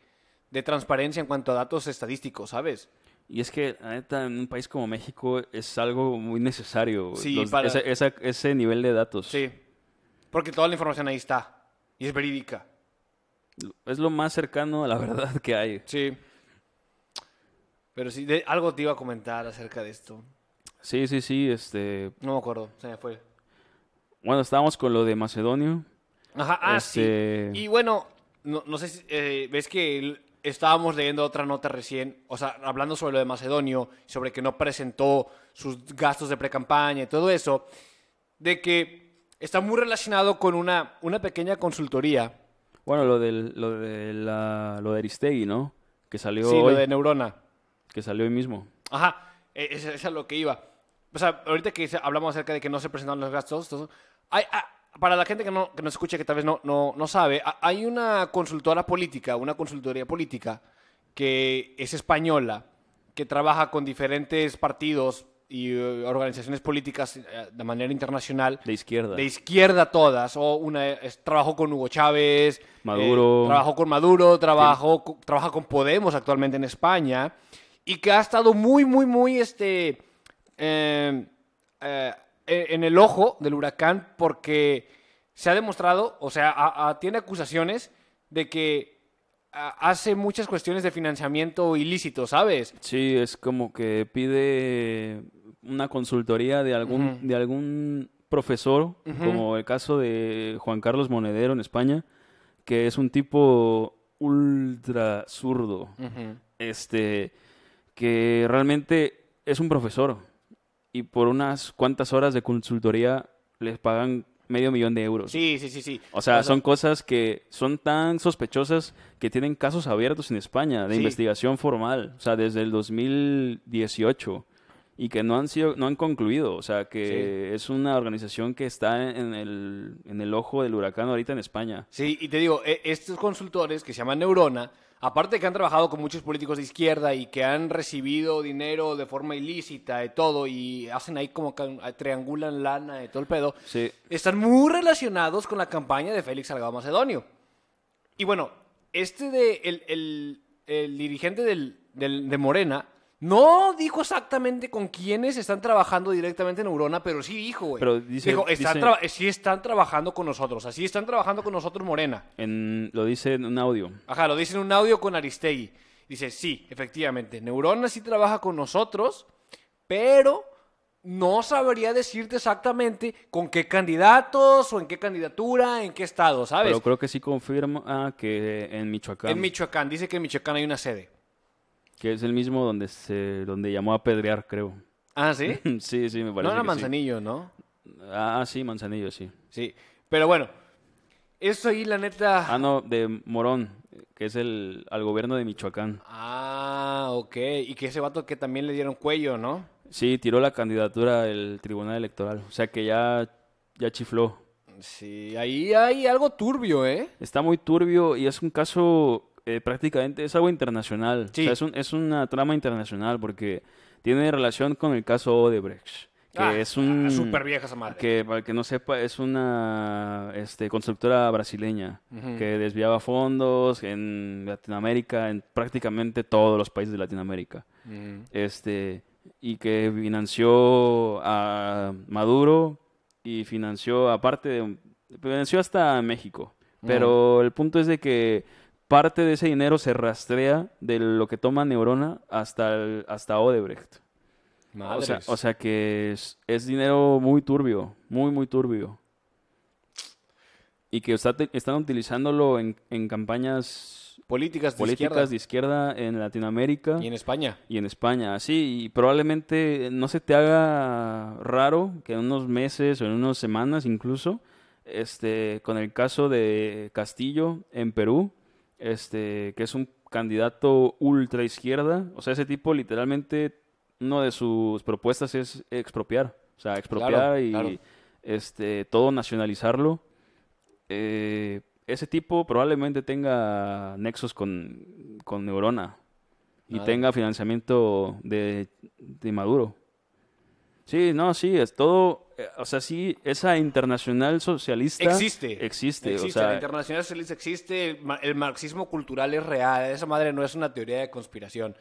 de transparencia en cuanto a datos estadísticos, ¿sabes?
Y es que, la neta, en un país como México es algo muy necesario. güey.
Sí, para-
esa- esa- ese nivel de datos.
Sí. Porque toda la información ahí está. Y es verídica.
Es lo más cercano a la verdad que hay.
Sí. Pero sí, de- algo te iba a comentar acerca de esto.
Sí, sí, sí. Este,
No me acuerdo, se me fue.
bueno, estábamos con lo de Macedonio.
Ajá, ah,
Este-
sí. Y bueno, no, no sé si. eh, ¿Ves que el- estábamos leyendo otra nota recién? O sea, hablando sobre lo de Macedonio, sobre que no presentó sus gastos de precampaña y todo eso. De que está muy relacionado con una, una pequeña consultoría.
Bueno, lo, del, lo, de la, lo de Aristegui, ¿no? Que salió
sí,
hoy.
lo de Neurona.
Que salió hoy mismo.
Ajá, e- es, es a lo que iba. O sea, ahorita que se- hablamos acerca de que no se presentaron los gastos, todo eso, hay- ah, para la gente que no, que nos escucha, que tal vez no, no, no sabe, ha- hay una consultora política, una consultoría política que es española, que trabaja con diferentes partidos y eh, organizaciones políticas eh, de manera internacional
De izquierda.
de izquierda todas. O una es- trabajó con Hugo Chávez.
Maduro.
eh, trabajó con Maduro, trabajó, co- trabaja con Podemos actualmente en España. Y que ha estado muy, muy, muy este, eh, eh, en el ojo del huracán porque se ha demostrado, o sea, a- a- tiene acusaciones de que a- hace muchas cuestiones de financiamiento ilícito, ¿sabes?
Sí, es como que pide una consultoría de algún, de algún profesor, como el caso de Juan Carlos Monedero en España, que es un tipo ultra zurdo, este, que realmente es un profesor y por unas cuantas horas de consultoría les pagan medio millón de euros.
Sí, sí, sí, sí.
O sea, son cosas que son tan sospechosas que tienen casos abiertos en España de
Sí.
investigación formal, o sea, desde el 2018 y que no han sido no han concluido, o sea, que es una organización que está en el en el ojo del huracán ahorita en España.
Sí, y te digo, e- estos consultores que se llaman Neurona, aparte de que han trabajado con muchos políticos de izquierda y que han recibido dinero de forma ilícita de todo y hacen ahí como que triangulan lana de todo el pedo,
Sí.
están muy relacionados con la campaña de Félix Salgado Macedonio. Y bueno, este de el, el- el dirigente del- del- de Morena No dijo exactamente con quiénes están trabajando directamente en Neurona, pero sí dijo, güey.
Pero dice-
dijo, están
dice-
traba- sí están trabajando con nosotros, así están trabajando con nosotros Morena.
En, lo dice en un audio.
Ajá, lo dice en un audio con Aristegui. Dice, sí, efectivamente, Neurona sí trabaja con nosotros, pero no sabría decirte exactamente con qué candidatos o en qué candidatura, en qué estado, ¿sabes?
Pero creo que sí confirma ah, que en Michoacán.
En Michoacán, dice que en Michoacán hay una sede.
Que es el mismo donde se donde llamó a pedrear, creo.
Ah, ¿sí?
sí, sí, me parece.
no era
que sí.
Manzanillo, ¿no?
Ah, sí, Manzanillo, sí.
Sí, pero bueno, eso ahí la neta...
Ah, no, de Morón, que es el al gobierno de Michoacán.
Ah, ok. Y que ese vato que también le dieron cuello, ¿no?
Sí, tiró la candidatura del Tribunal Electoral. O sea que ya, ya chifló.
Sí, ahí hay algo turbio, ¿eh?
Está muy turbio y es un caso eh, prácticamente, es algo internacional.
Sí.
O sea, es, un- es una trama internacional porque tiene relación con el caso Odebrecht. Que
Ah,
es un.
ah, súper vieja esa madre.
Que para el que no sepa, es una este, constructora brasileña que desviaba fondos en Latinoamérica, en prácticamente todos los países de Latinoamérica.
Mm.
Este, y que financió a Maduro y financió, aparte, de- financió hasta México. Pero el punto es de que parte de ese dinero se rastrea de lo que toma Neurona hasta, el- hasta Odebrecht. O sea, o sea que es, es dinero muy turbio, muy, muy turbio. Y que está te- están utilizándolo en, en campañas
políticas de
políticas
izquierda
de izquierda en Latinoamérica
y en España.
y en España. Sí, y probablemente no se te haga raro que en unos meses o en unas semanas incluso, este, con el caso de Castillo en Perú, este, que es un candidato ultra izquierda, o sea, ese tipo literalmente una de sus propuestas es expropiar, o sea, expropiar
Claro,
y
claro.
este todo nacionalizarlo. Eh, ese tipo probablemente tenga nexos con, con Neurona y
Madre.
tenga financiamiento de, de Maduro. Sí, no, sí, es todo, eh, o sea, sí, esa internacional socialista
Existe.
existe, Este, o
Existe, la
sea,
internacional socialista existe, el, ma- el marxismo cultural es real, esa madre no es una teoría de conspiración.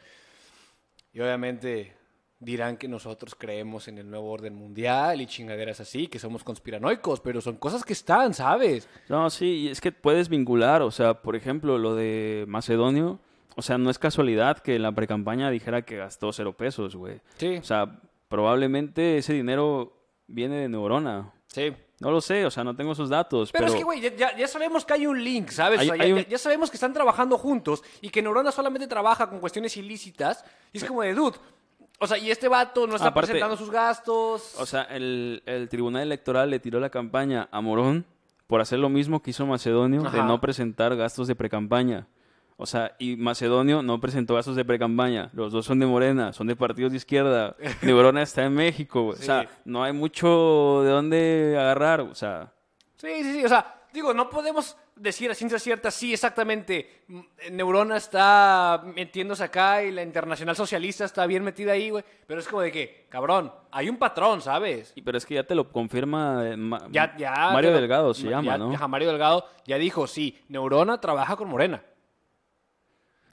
Y obviamente dirán que nosotros creemos en el nuevo orden mundial y chingaderas así, que somos conspiranoicos, pero son cosas que están, ¿sabes?
no, sí, y es que puedes vincular, o sea, por ejemplo, lo de Macedonio, o sea, no es casualidad que en la precampaña dijera que gastó cero pesos, güey.
Sí,
O sea, probablemente ese dinero viene de Neurona.
sí.
No lo sé, o sea, no tengo esos datos.
Pero,
Pero,
es que, güey, ya- ya, ya sabemos que hay un link, ¿sabes? O
Hay-
sea, ya,
hay un-
ya- ya sabemos que están trabajando juntos y que Neurona solamente trabaja con cuestiones ilícitas. Y es como de, dude, o sea, y este vato no está
Aparte-
presentando sus gastos.
O sea, el, el Tribunal Electoral le tiró la campaña a Morón por hacer lo mismo que hizo Macedonio de
Ajá.
no presentar gastos de precampaña. O sea, y Macedonio no presentó gastos de precampaña. Los dos son de Morena, son de partidos de izquierda. Neurona está en México, güey. O
Sí.
sea, no hay mucho de dónde agarrar. O sea,
sí, sí, sí, o sea, digo, no podemos decir a ciencia cierta, sí, exactamente, mm, Neurona está metiéndose acá y la internacional socialista está bien metida ahí, güey. Pero es como de que, cabrón, hay un patrón, ¿sabes?
y- pero es que ya te lo confirma eh, Ma-
Ya, ya.
Mario
te lo-
Delgado, se
ya-
llama, ¿no?
ajá, Mario Delgado ya dijo, sí, Neurona trabaja con Morena.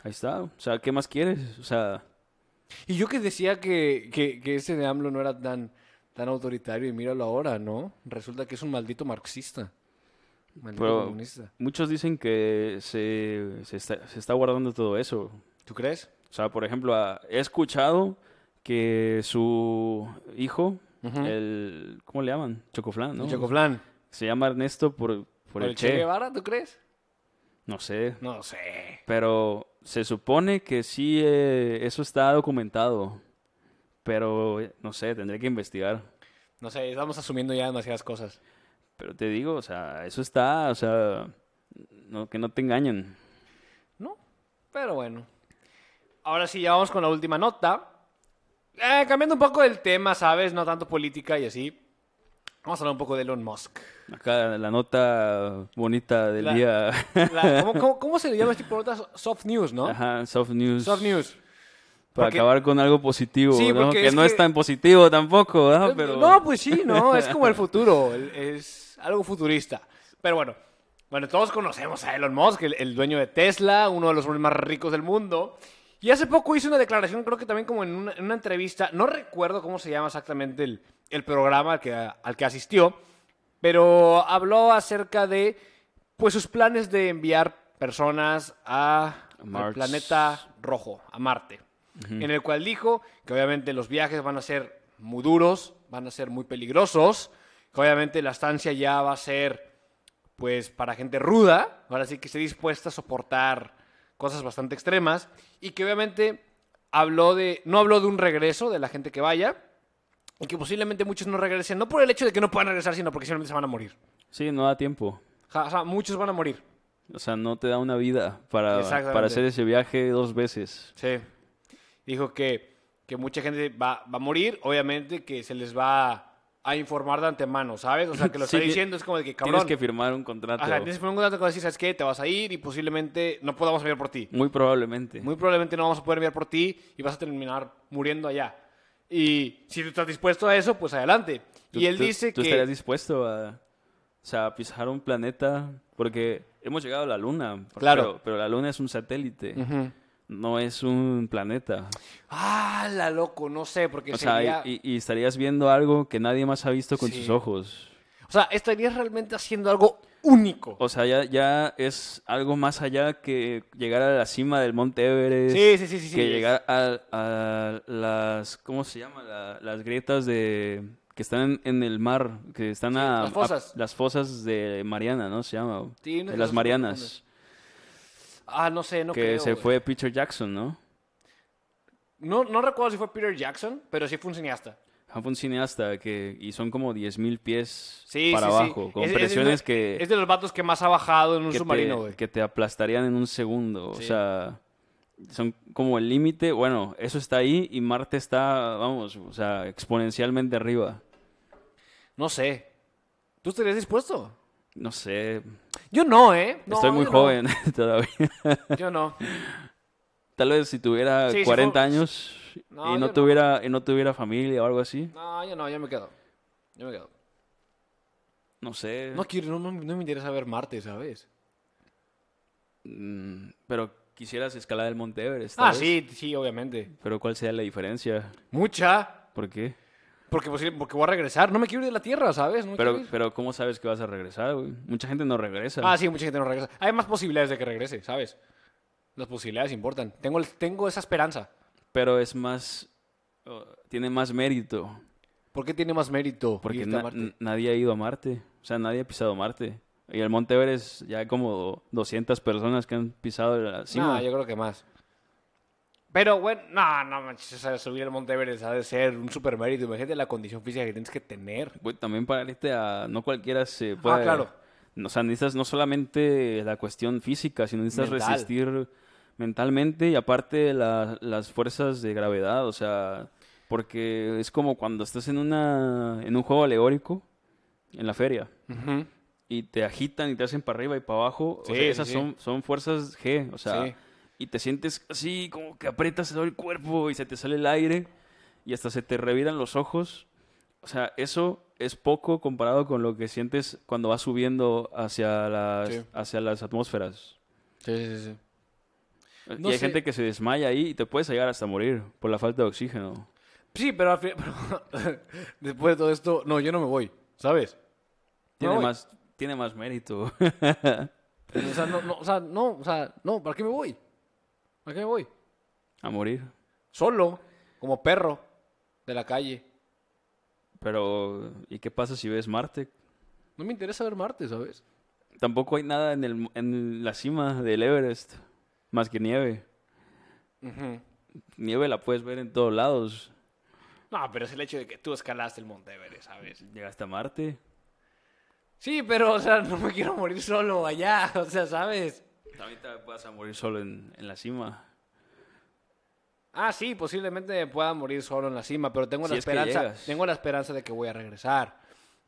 Ahí está. O sea, ¿qué más quieres? O sea,
Y yo que decía que, que- que ese de AMLO no era tan, tan autoritario y míralo ahora, ¿no? Resulta que es un maldito marxista. Maldito
pero
comunista.
muchos dicen que se, se está, se está guardando todo eso.
¿Tú crees?
O sea, por ejemplo, a- he escuchado que su hijo, el, ¿cómo le llaman? Chocoflan, ¿no?
El Chocoflan.
Se llama Ernesto por, por
¿Por
el
el Che
Che.
Guevara, tú crees?
No sé.
No sé.
Pero se supone que sí, eh, eso está documentado. Pero, eh, no sé, tendré que investigar.
No sé, estamos asumiendo ya demasiadas cosas.
Pero te digo, o sea, eso está, o sea, no, que no te engañen.
¿No? Pero bueno. Ahora sí, ya vamos con la última nota. Eh, cambiando un poco el tema, ¿sabes? No tanto política y así. Vamos a hablar un poco de Elon Musk.
Acá la nota bonita del
La-
día.
La- ¿cómo, cómo, cómo se le llama este tipo de notas? Soft news, ¿no?
Ajá, soft news.
Soft news.
Para
Porque-
acabar con algo positivo,
Sí,
¿no?
porque
Que
es
no
que-
es tan positivo tampoco, ¿verdad? Pero...
No, pues sí, no, es como el futuro, el- es algo futurista. Pero bueno, bueno, todos conocemos a Elon Musk, el, el dueño de Tesla, uno de los hombres más ricos del mundo, Y hace poco hizo una declaración, creo que también como en una, en una entrevista, no recuerdo cómo se llama exactamente el, el programa al que, al que asistió, pero habló acerca de pues sus planes de enviar personas a al
Mars.
planeta rojo, a Marte, en el cual dijo que obviamente los viajes van a ser muy duros, van a ser muy peligrosos, que obviamente la estancia ya va a ser pues para gente ruda, ahora sí que esté dispuesta a soportar cosas bastante extremas y que obviamente habló de no habló de un regreso de la gente que vaya y que posiblemente muchos no regresen, no por el hecho de que no puedan regresar, sino porque simplemente se van a morir.
Sí, no da tiempo.
Ja- O sea, muchos van a morir.
O sea, no te da una vida para,
Exactamente.
para hacer ese viaje dos veces.
Sí. Dijo que, que mucha gente va, va a morir, obviamente que se les va a informar de antemano, ¿sabes? O sea, que lo
Sí,
está
ti-
diciendo es como de que cabrón.
Tienes que firmar un contrato.
Ajá, tienes que poner un contrato con decir, ¿sabes qué? Te vas a ir y posiblemente no podamos enviar por ti.
Muy probablemente.
Muy probablemente no vamos a poder enviar por ti y vas a terminar muriendo allá. Y si tú estás dispuesto a eso, pues adelante.
Tú-
y él
tú-
dice
¿Tú
que...
estarías dispuesto a, o sea, a pisar un planeta? Porque hemos llegado a la Luna. por-
Claro.
Pero, pero la Luna es un satélite.
Ujú.
No es un planeta.
Ah, la loco, no sé, porque
O
sería...
sea, y, y estarías viendo algo que nadie más ha visto con
Sí.
sus ojos.
O sea, estarías realmente haciendo algo único.
O sea, ya, ya es algo más allá que llegar a la cima del Monte Everest.
Sí, sí, sí, sí. sí.
que llegar a, a las, ¿cómo se llama? La- las grietas de que están en, en el mar, que están a,
las fosas.
a- las fosas de Mariana, ¿no? Se llama.
Sí, no
de
sé,
las
no sé
Marianas,
Ah, no sé, no
que
creo,
se
güey.
fue Peter Jackson, ¿no?
No, no recuerdo si fue Peter Jackson, pero sí fue un cineasta.
Ah, Fue un cineasta que y son como 10.000 pies
Sí,
para
sí, sí.
abajo, con
Es- es-
presiones
es,
que,
Es de los vatos que más ha bajado en un
que
submarino,
te,
güey.
que te aplastarían en un segundo.
Sí.
O sea, son como el límite. Bueno, eso está ahí y Marte está, vamos, o sea, exponencialmente arriba.
No sé. ¿Tú estarías dispuesto?
No sé,
Yo no, ¿eh? No,
Estoy muy
yo no.
joven todavía.
Yo no.
Tal vez si tuviera
Sí, si
40
fuera-
años
No,
y,
yo
no
no.
tuviera, y no tuviera familia o algo así,
No, yo no, yo me quedo. Yo me quedo.
no sé.
No quiero, no, no- no me interesa ver Marte, ¿sabes?
Mm, Pero quisieras escalar el Monte Everest. tal
Ah,
vez.
sí, sí, obviamente.
Pero ¿cuál sería la diferencia?
Mucha.
¿Por qué?
Porque, posi- porque voy a regresar. No me quiero ir de la Tierra, ¿sabes? No me
Pero,
quiero ir.
pero ¿cómo sabes que vas a regresar, güey? Mucha gente no regresa.
Ah, sí, mucha gente no regresa. Hay más posibilidades de que regrese, ¿sabes? Las posibilidades importan. Tengo, el- tengo esa esperanza.
Pero es más... oh, tiene más mérito.
¿Por qué tiene más mérito?
Porque
irte a
na-
Marte?
n- nadie ha ido a Marte. O sea, nadie ha pisado Marte. Y el Monte Everest ya hay como 200 personas que han pisado la cima.
No, yo creo que más. Pero, bueno, no, no manches, o sea, subir al Monte Everest ha de ser un super mérito. Imagínate la condición física que tienes que tener.
Güey, también para irte a... No cualquiera se puede...
Ah, claro.
O sea, necesitas no solamente la cuestión física, sino necesitas
Mental.
resistir mentalmente y aparte la- las fuerzas de gravedad, o sea... Porque es como cuando estás en, una, en un juego alegórico, en la feria, y te agitan y te hacen para arriba y para abajo. o
Sí,
sea,
sí,
esas
sí.
Son, son fuerzas G, o sea...
Sí.
Y te sientes así, como que aprietas todo el cuerpo y se te sale el aire y hasta se te reviran los ojos. O sea, eso es poco comparado con lo que sientes cuando vas subiendo hacia las,
Sí.
hacia las atmósferas. Eh,
Sí, sí, sí. No
y hay
sé.
gente que se desmaya ahí y te puedes llegar hasta morir por la falta de oxígeno.
Sí, pero, al fin- pero después de todo esto, no, yo no me voy, ¿sabes?
Tiene,
voy.
más, tiene más mérito.
O sea, no, no, o sea, no, o sea, no, ¿para qué me voy? ¿Para qué me voy?
a morir.
Solo, como perro de la calle.
Pero, ¿y qué pasa si ves Marte?
No me interesa ver Marte, ¿sabes?
Tampoco hay nada en, el, en la cima del Everest, más que nieve. Nieve la puedes ver en todos lados.
No, pero es el hecho de que tú escalaste el Monte Everest, ¿sabes?
Llegaste a Marte.
Sí, pero, o sea, no me quiero morir solo allá, o sea, ¿sabes?
También te vas a morir solo en, en la cima.
Ah, sí, posiblemente me pueda morir solo en la cima, pero tengo
Si
la
es que
esperanza,
llegas.
tengo la esperanza de que voy a regresar.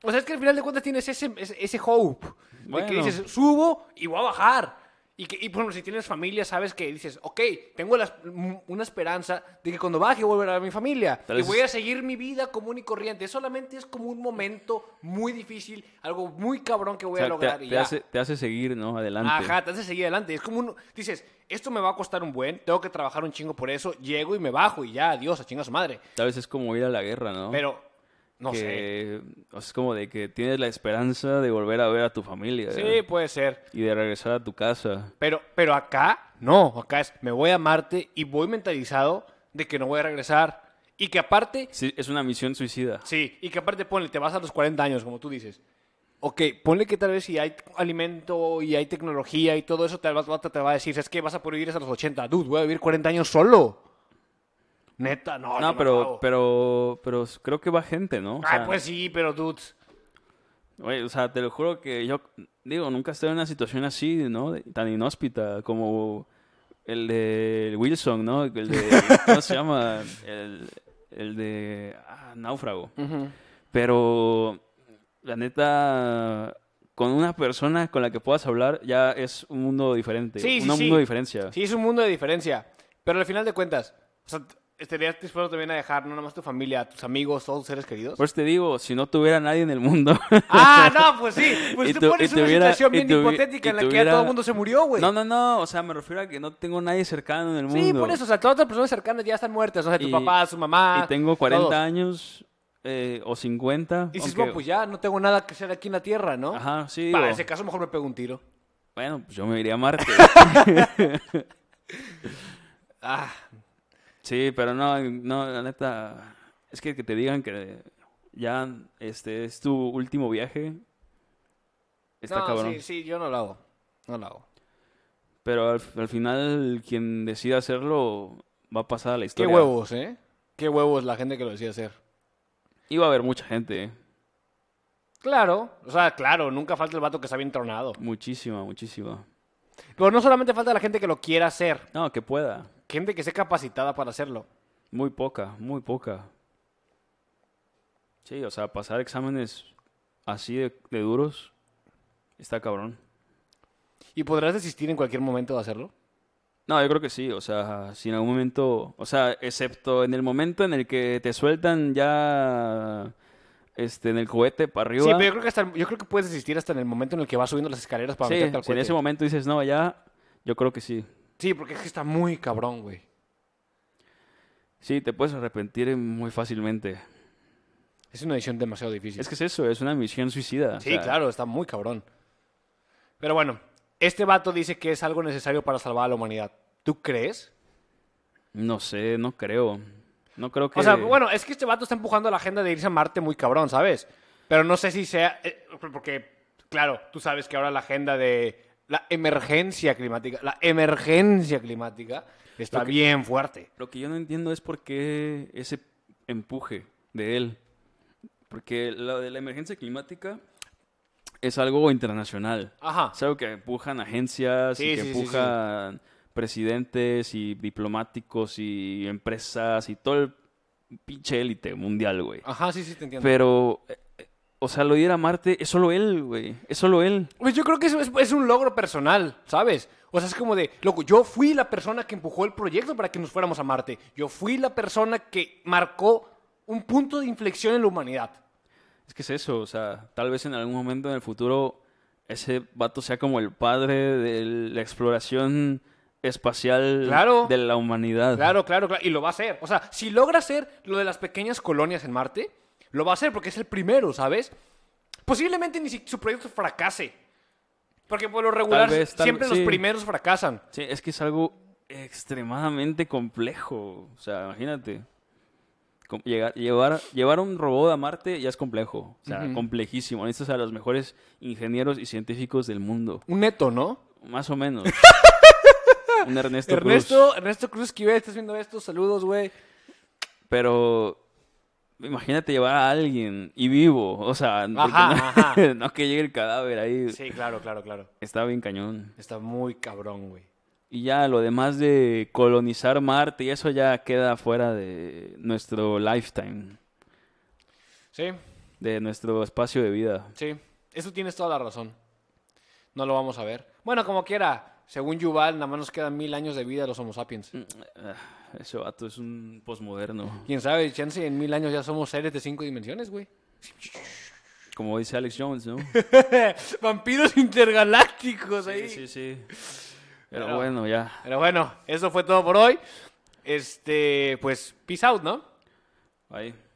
O sea, es que al final de cuentas tienes ese, ese, ese hope, de que
Bueno.
dices, subo y voy a bajar. Y, que, y por ejemplo, si tienes familia, sabes que dices, ok, tengo la- m- una esperanza de que cuando baje voy a ver a mi familia.
Tal
y
vez
voy
es-
a seguir mi vida común y corriente. Solamente es como un momento muy difícil, algo muy cabrón que voy
O sea,
a lograr.
te,
y
te
ya.
hace, te hace seguir, ¿no? Adelante.
Ajá, te hace seguir adelante. Es como un... Dices, esto me va a costar un buen, tengo que trabajar un chingo por eso, llego y me bajo y ya, adiós, a chinga su madre.
Tal vez es como ir a la guerra, ¿no?
Pero, no sé.
que, o sea, es como de que tienes la esperanza de volver a ver a tu familia.
Sí, puede ser.
Y de regresar a tu casa.
Pero, pero acá, no. Acá es, me voy a Marte y voy mentalizado de que no voy a regresar. Y que aparte,
Sí, es una misión suicida.
sí, y que aparte, ponle, te vas a los 40 años, como tú dices. Ok, ponle que tal vez si hay alimento y hay tecnología y todo eso, tal vez te va a decir, es que vas a poder vivir hasta los 80. Dude, voy a vivir 40 años solo. Neta, no. yo
No,
acabo.
pero, pero, pero creo que va gente, ¿no? O
Ay,
sea,
pues sí, pero dudes.
güey, o sea, te lo juro que yo, digo, nunca estoy en una situación así, ¿no? De- Tan inhóspita como el de Wilson, ¿no? El de, ¿cómo se llama? El, el de ah, Náufrago. Pero, la neta, con una persona con la que puedas hablar ya es un mundo diferente.
Sí, sí,
un
sí.
mundo de diferencia.
Sí, es un mundo de diferencia. Pero al final de cuentas, o sea, estarías dispuesto también a dejar no nada más tu familia, a tus amigos, todos tus seres queridos.
Por eso te digo, si no tuviera nadie en el mundo...
Ah, no, pues sí. Pues
Y
tú
tu-
pones
y
una
tuviera-
situación
y
bien
tuvi-
hipotética
y
en la que ya
tuviera-
todo el mundo se murió, güey.
No, no, no, o sea, me refiero a que no tengo nadie cercano en el mundo.
Sí, por eso, o sea, todas las personas cercanas ya están muertas. O sea, tu
Y-
papá, su mamá.
Y tengo 40
todos.
años eh, o 50.
Y dices,
aunque-
"Bueno, pues ya, no tengo nada que hacer aquí en la Tierra, ¿no?
Ajá, sí.
Para
digo,
ese caso, mejor me pego un tiro.
Bueno, pues yo me iría a Marte.
Ah,
sí, pero no, no, la neta. Es que que te digan que ya este es tu último viaje. Está
no,
cabrón.
sí, sí, yo no lo hago. No lo hago.
Pero al, al final, quien decida hacerlo va a pasar a la
Qué
historia.
huevos, ¿eh? Qué huevos la gente que lo decía hacer.
Iba a haber mucha gente. eh.
Claro, o sea, claro, nunca falta el vato que está bien tronado.
Muchísima, muchísima.
Pero no solamente falta la gente que lo quiera hacer,
No, que pueda.
gente que esté capacitada para hacerlo.
Muy poca, muy poca. Sí, o sea, pasar exámenes así de, de duros está cabrón.
¿Y podrás desistir en cualquier momento de hacerlo?
No, yo creo que sí, o sea, si en algún momento, o sea, excepto en el momento en el que te sueltan ya este en el cohete para arriba.
Sí, pero yo creo, que hasta el- yo creo que puedes desistir hasta en el momento en el que vas subiendo las escaleras para
sí,
meterte al
si en
cohete.
ese momento dices, "No, ya", yo creo que sí.
Sí, porque es que está muy cabrón, güey.
Sí, te puedes arrepentir muy fácilmente.
Es una decisión demasiado difícil.
Es que es eso, es una misión suicida. o
Sí,
sea,
claro, está muy cabrón. Pero bueno, este vato dice que es algo necesario para salvar a la humanidad. ¿Tú crees?
No sé, no creo. No creo que
O sea, bueno, es que este vato está empujando la agenda de irse a Marte muy cabrón, ¿sabes? Pero no sé si sea. eh, porque, claro, tú sabes que ahora la agenda de la emergencia climática, la emergencia climática, está
Lo que-
bien fuerte.
Lo que yo no entiendo es por qué ese empuje de él. Porque lo de la emergencia climática es algo internacional.
Ajá.
Es algo que empujan agencias
Sí,
y que
sí, sí, sí.
empujan presidentes y diplomáticos y empresas y todo el pinche élite mundial, güey.
Ajá, sí, sí, te Ah, entiendo.
Pero, eh, eh, o sea, lo de ir a Marte es solo él, güey. Es solo él.
Pues yo creo que eso es, es un logro personal, ¿sabes? O sea, es como de, loco, yo fui la persona que empujó el proyecto para que nos fuéramos a Marte. Yo fui la persona que marcó un punto de inflexión en la humanidad.
Es que es eso, o sea, tal vez en algún momento en el futuro ese vato sea como el padre de la exploración espacial
Claro.
de la humanidad.
Claro, claro, claro. Y lo va a hacer. O sea, si logra hacer lo de las pequeñas colonias en Marte, lo va a hacer porque es el primero, ¿sabes? Posiblemente ni si su proyecto fracase. Porque por lo regular
vez, tal-
siempre
sí.
los primeros fracasan.
Sí, es que es algo extremadamente complejo. O sea, imagínate. Com- Llegar, llevar, llevar un robot a Marte ya es complejo. O sea, complejísimo. Necesitas a los mejores ingenieros y científicos del mundo.
Un neto, ¿no?
Más o menos. un Ernesto, Cruz.
Ernesto, Ernesto Cruz Esquivel, estás viendo esto, saludos, güey.
Pero imagínate llevar a alguien y vivo, o sea, porque
Ajá,
no, no que llegue el cadáver ahí.
Sí, claro, claro, claro.
Está bien cañón.
Está muy cabrón, güey.
Y ya lo demás de colonizar Marte y eso ya queda fuera de nuestro lifetime,
Sí,
de nuestro espacio de vida.
sí. Eso tienes toda la razón. No lo vamos a ver. Bueno, como quiera. Según Yuval, nada más nos quedan mil años de vida a los Homo sapiens.
Ah, Ese vato es un posmoderno.
Quién sabe, chance en mil años ya somos seres de cinco dimensiones, güey.
Como dice Alex Jones, ¿no?
Vampiros intergalácticos ahí.
Sí, sí, sí. Pero
Pero-
bueno, ya.
Pero bueno, eso fue todo por hoy. Este, pues, peace out, ¿no?
Ahí.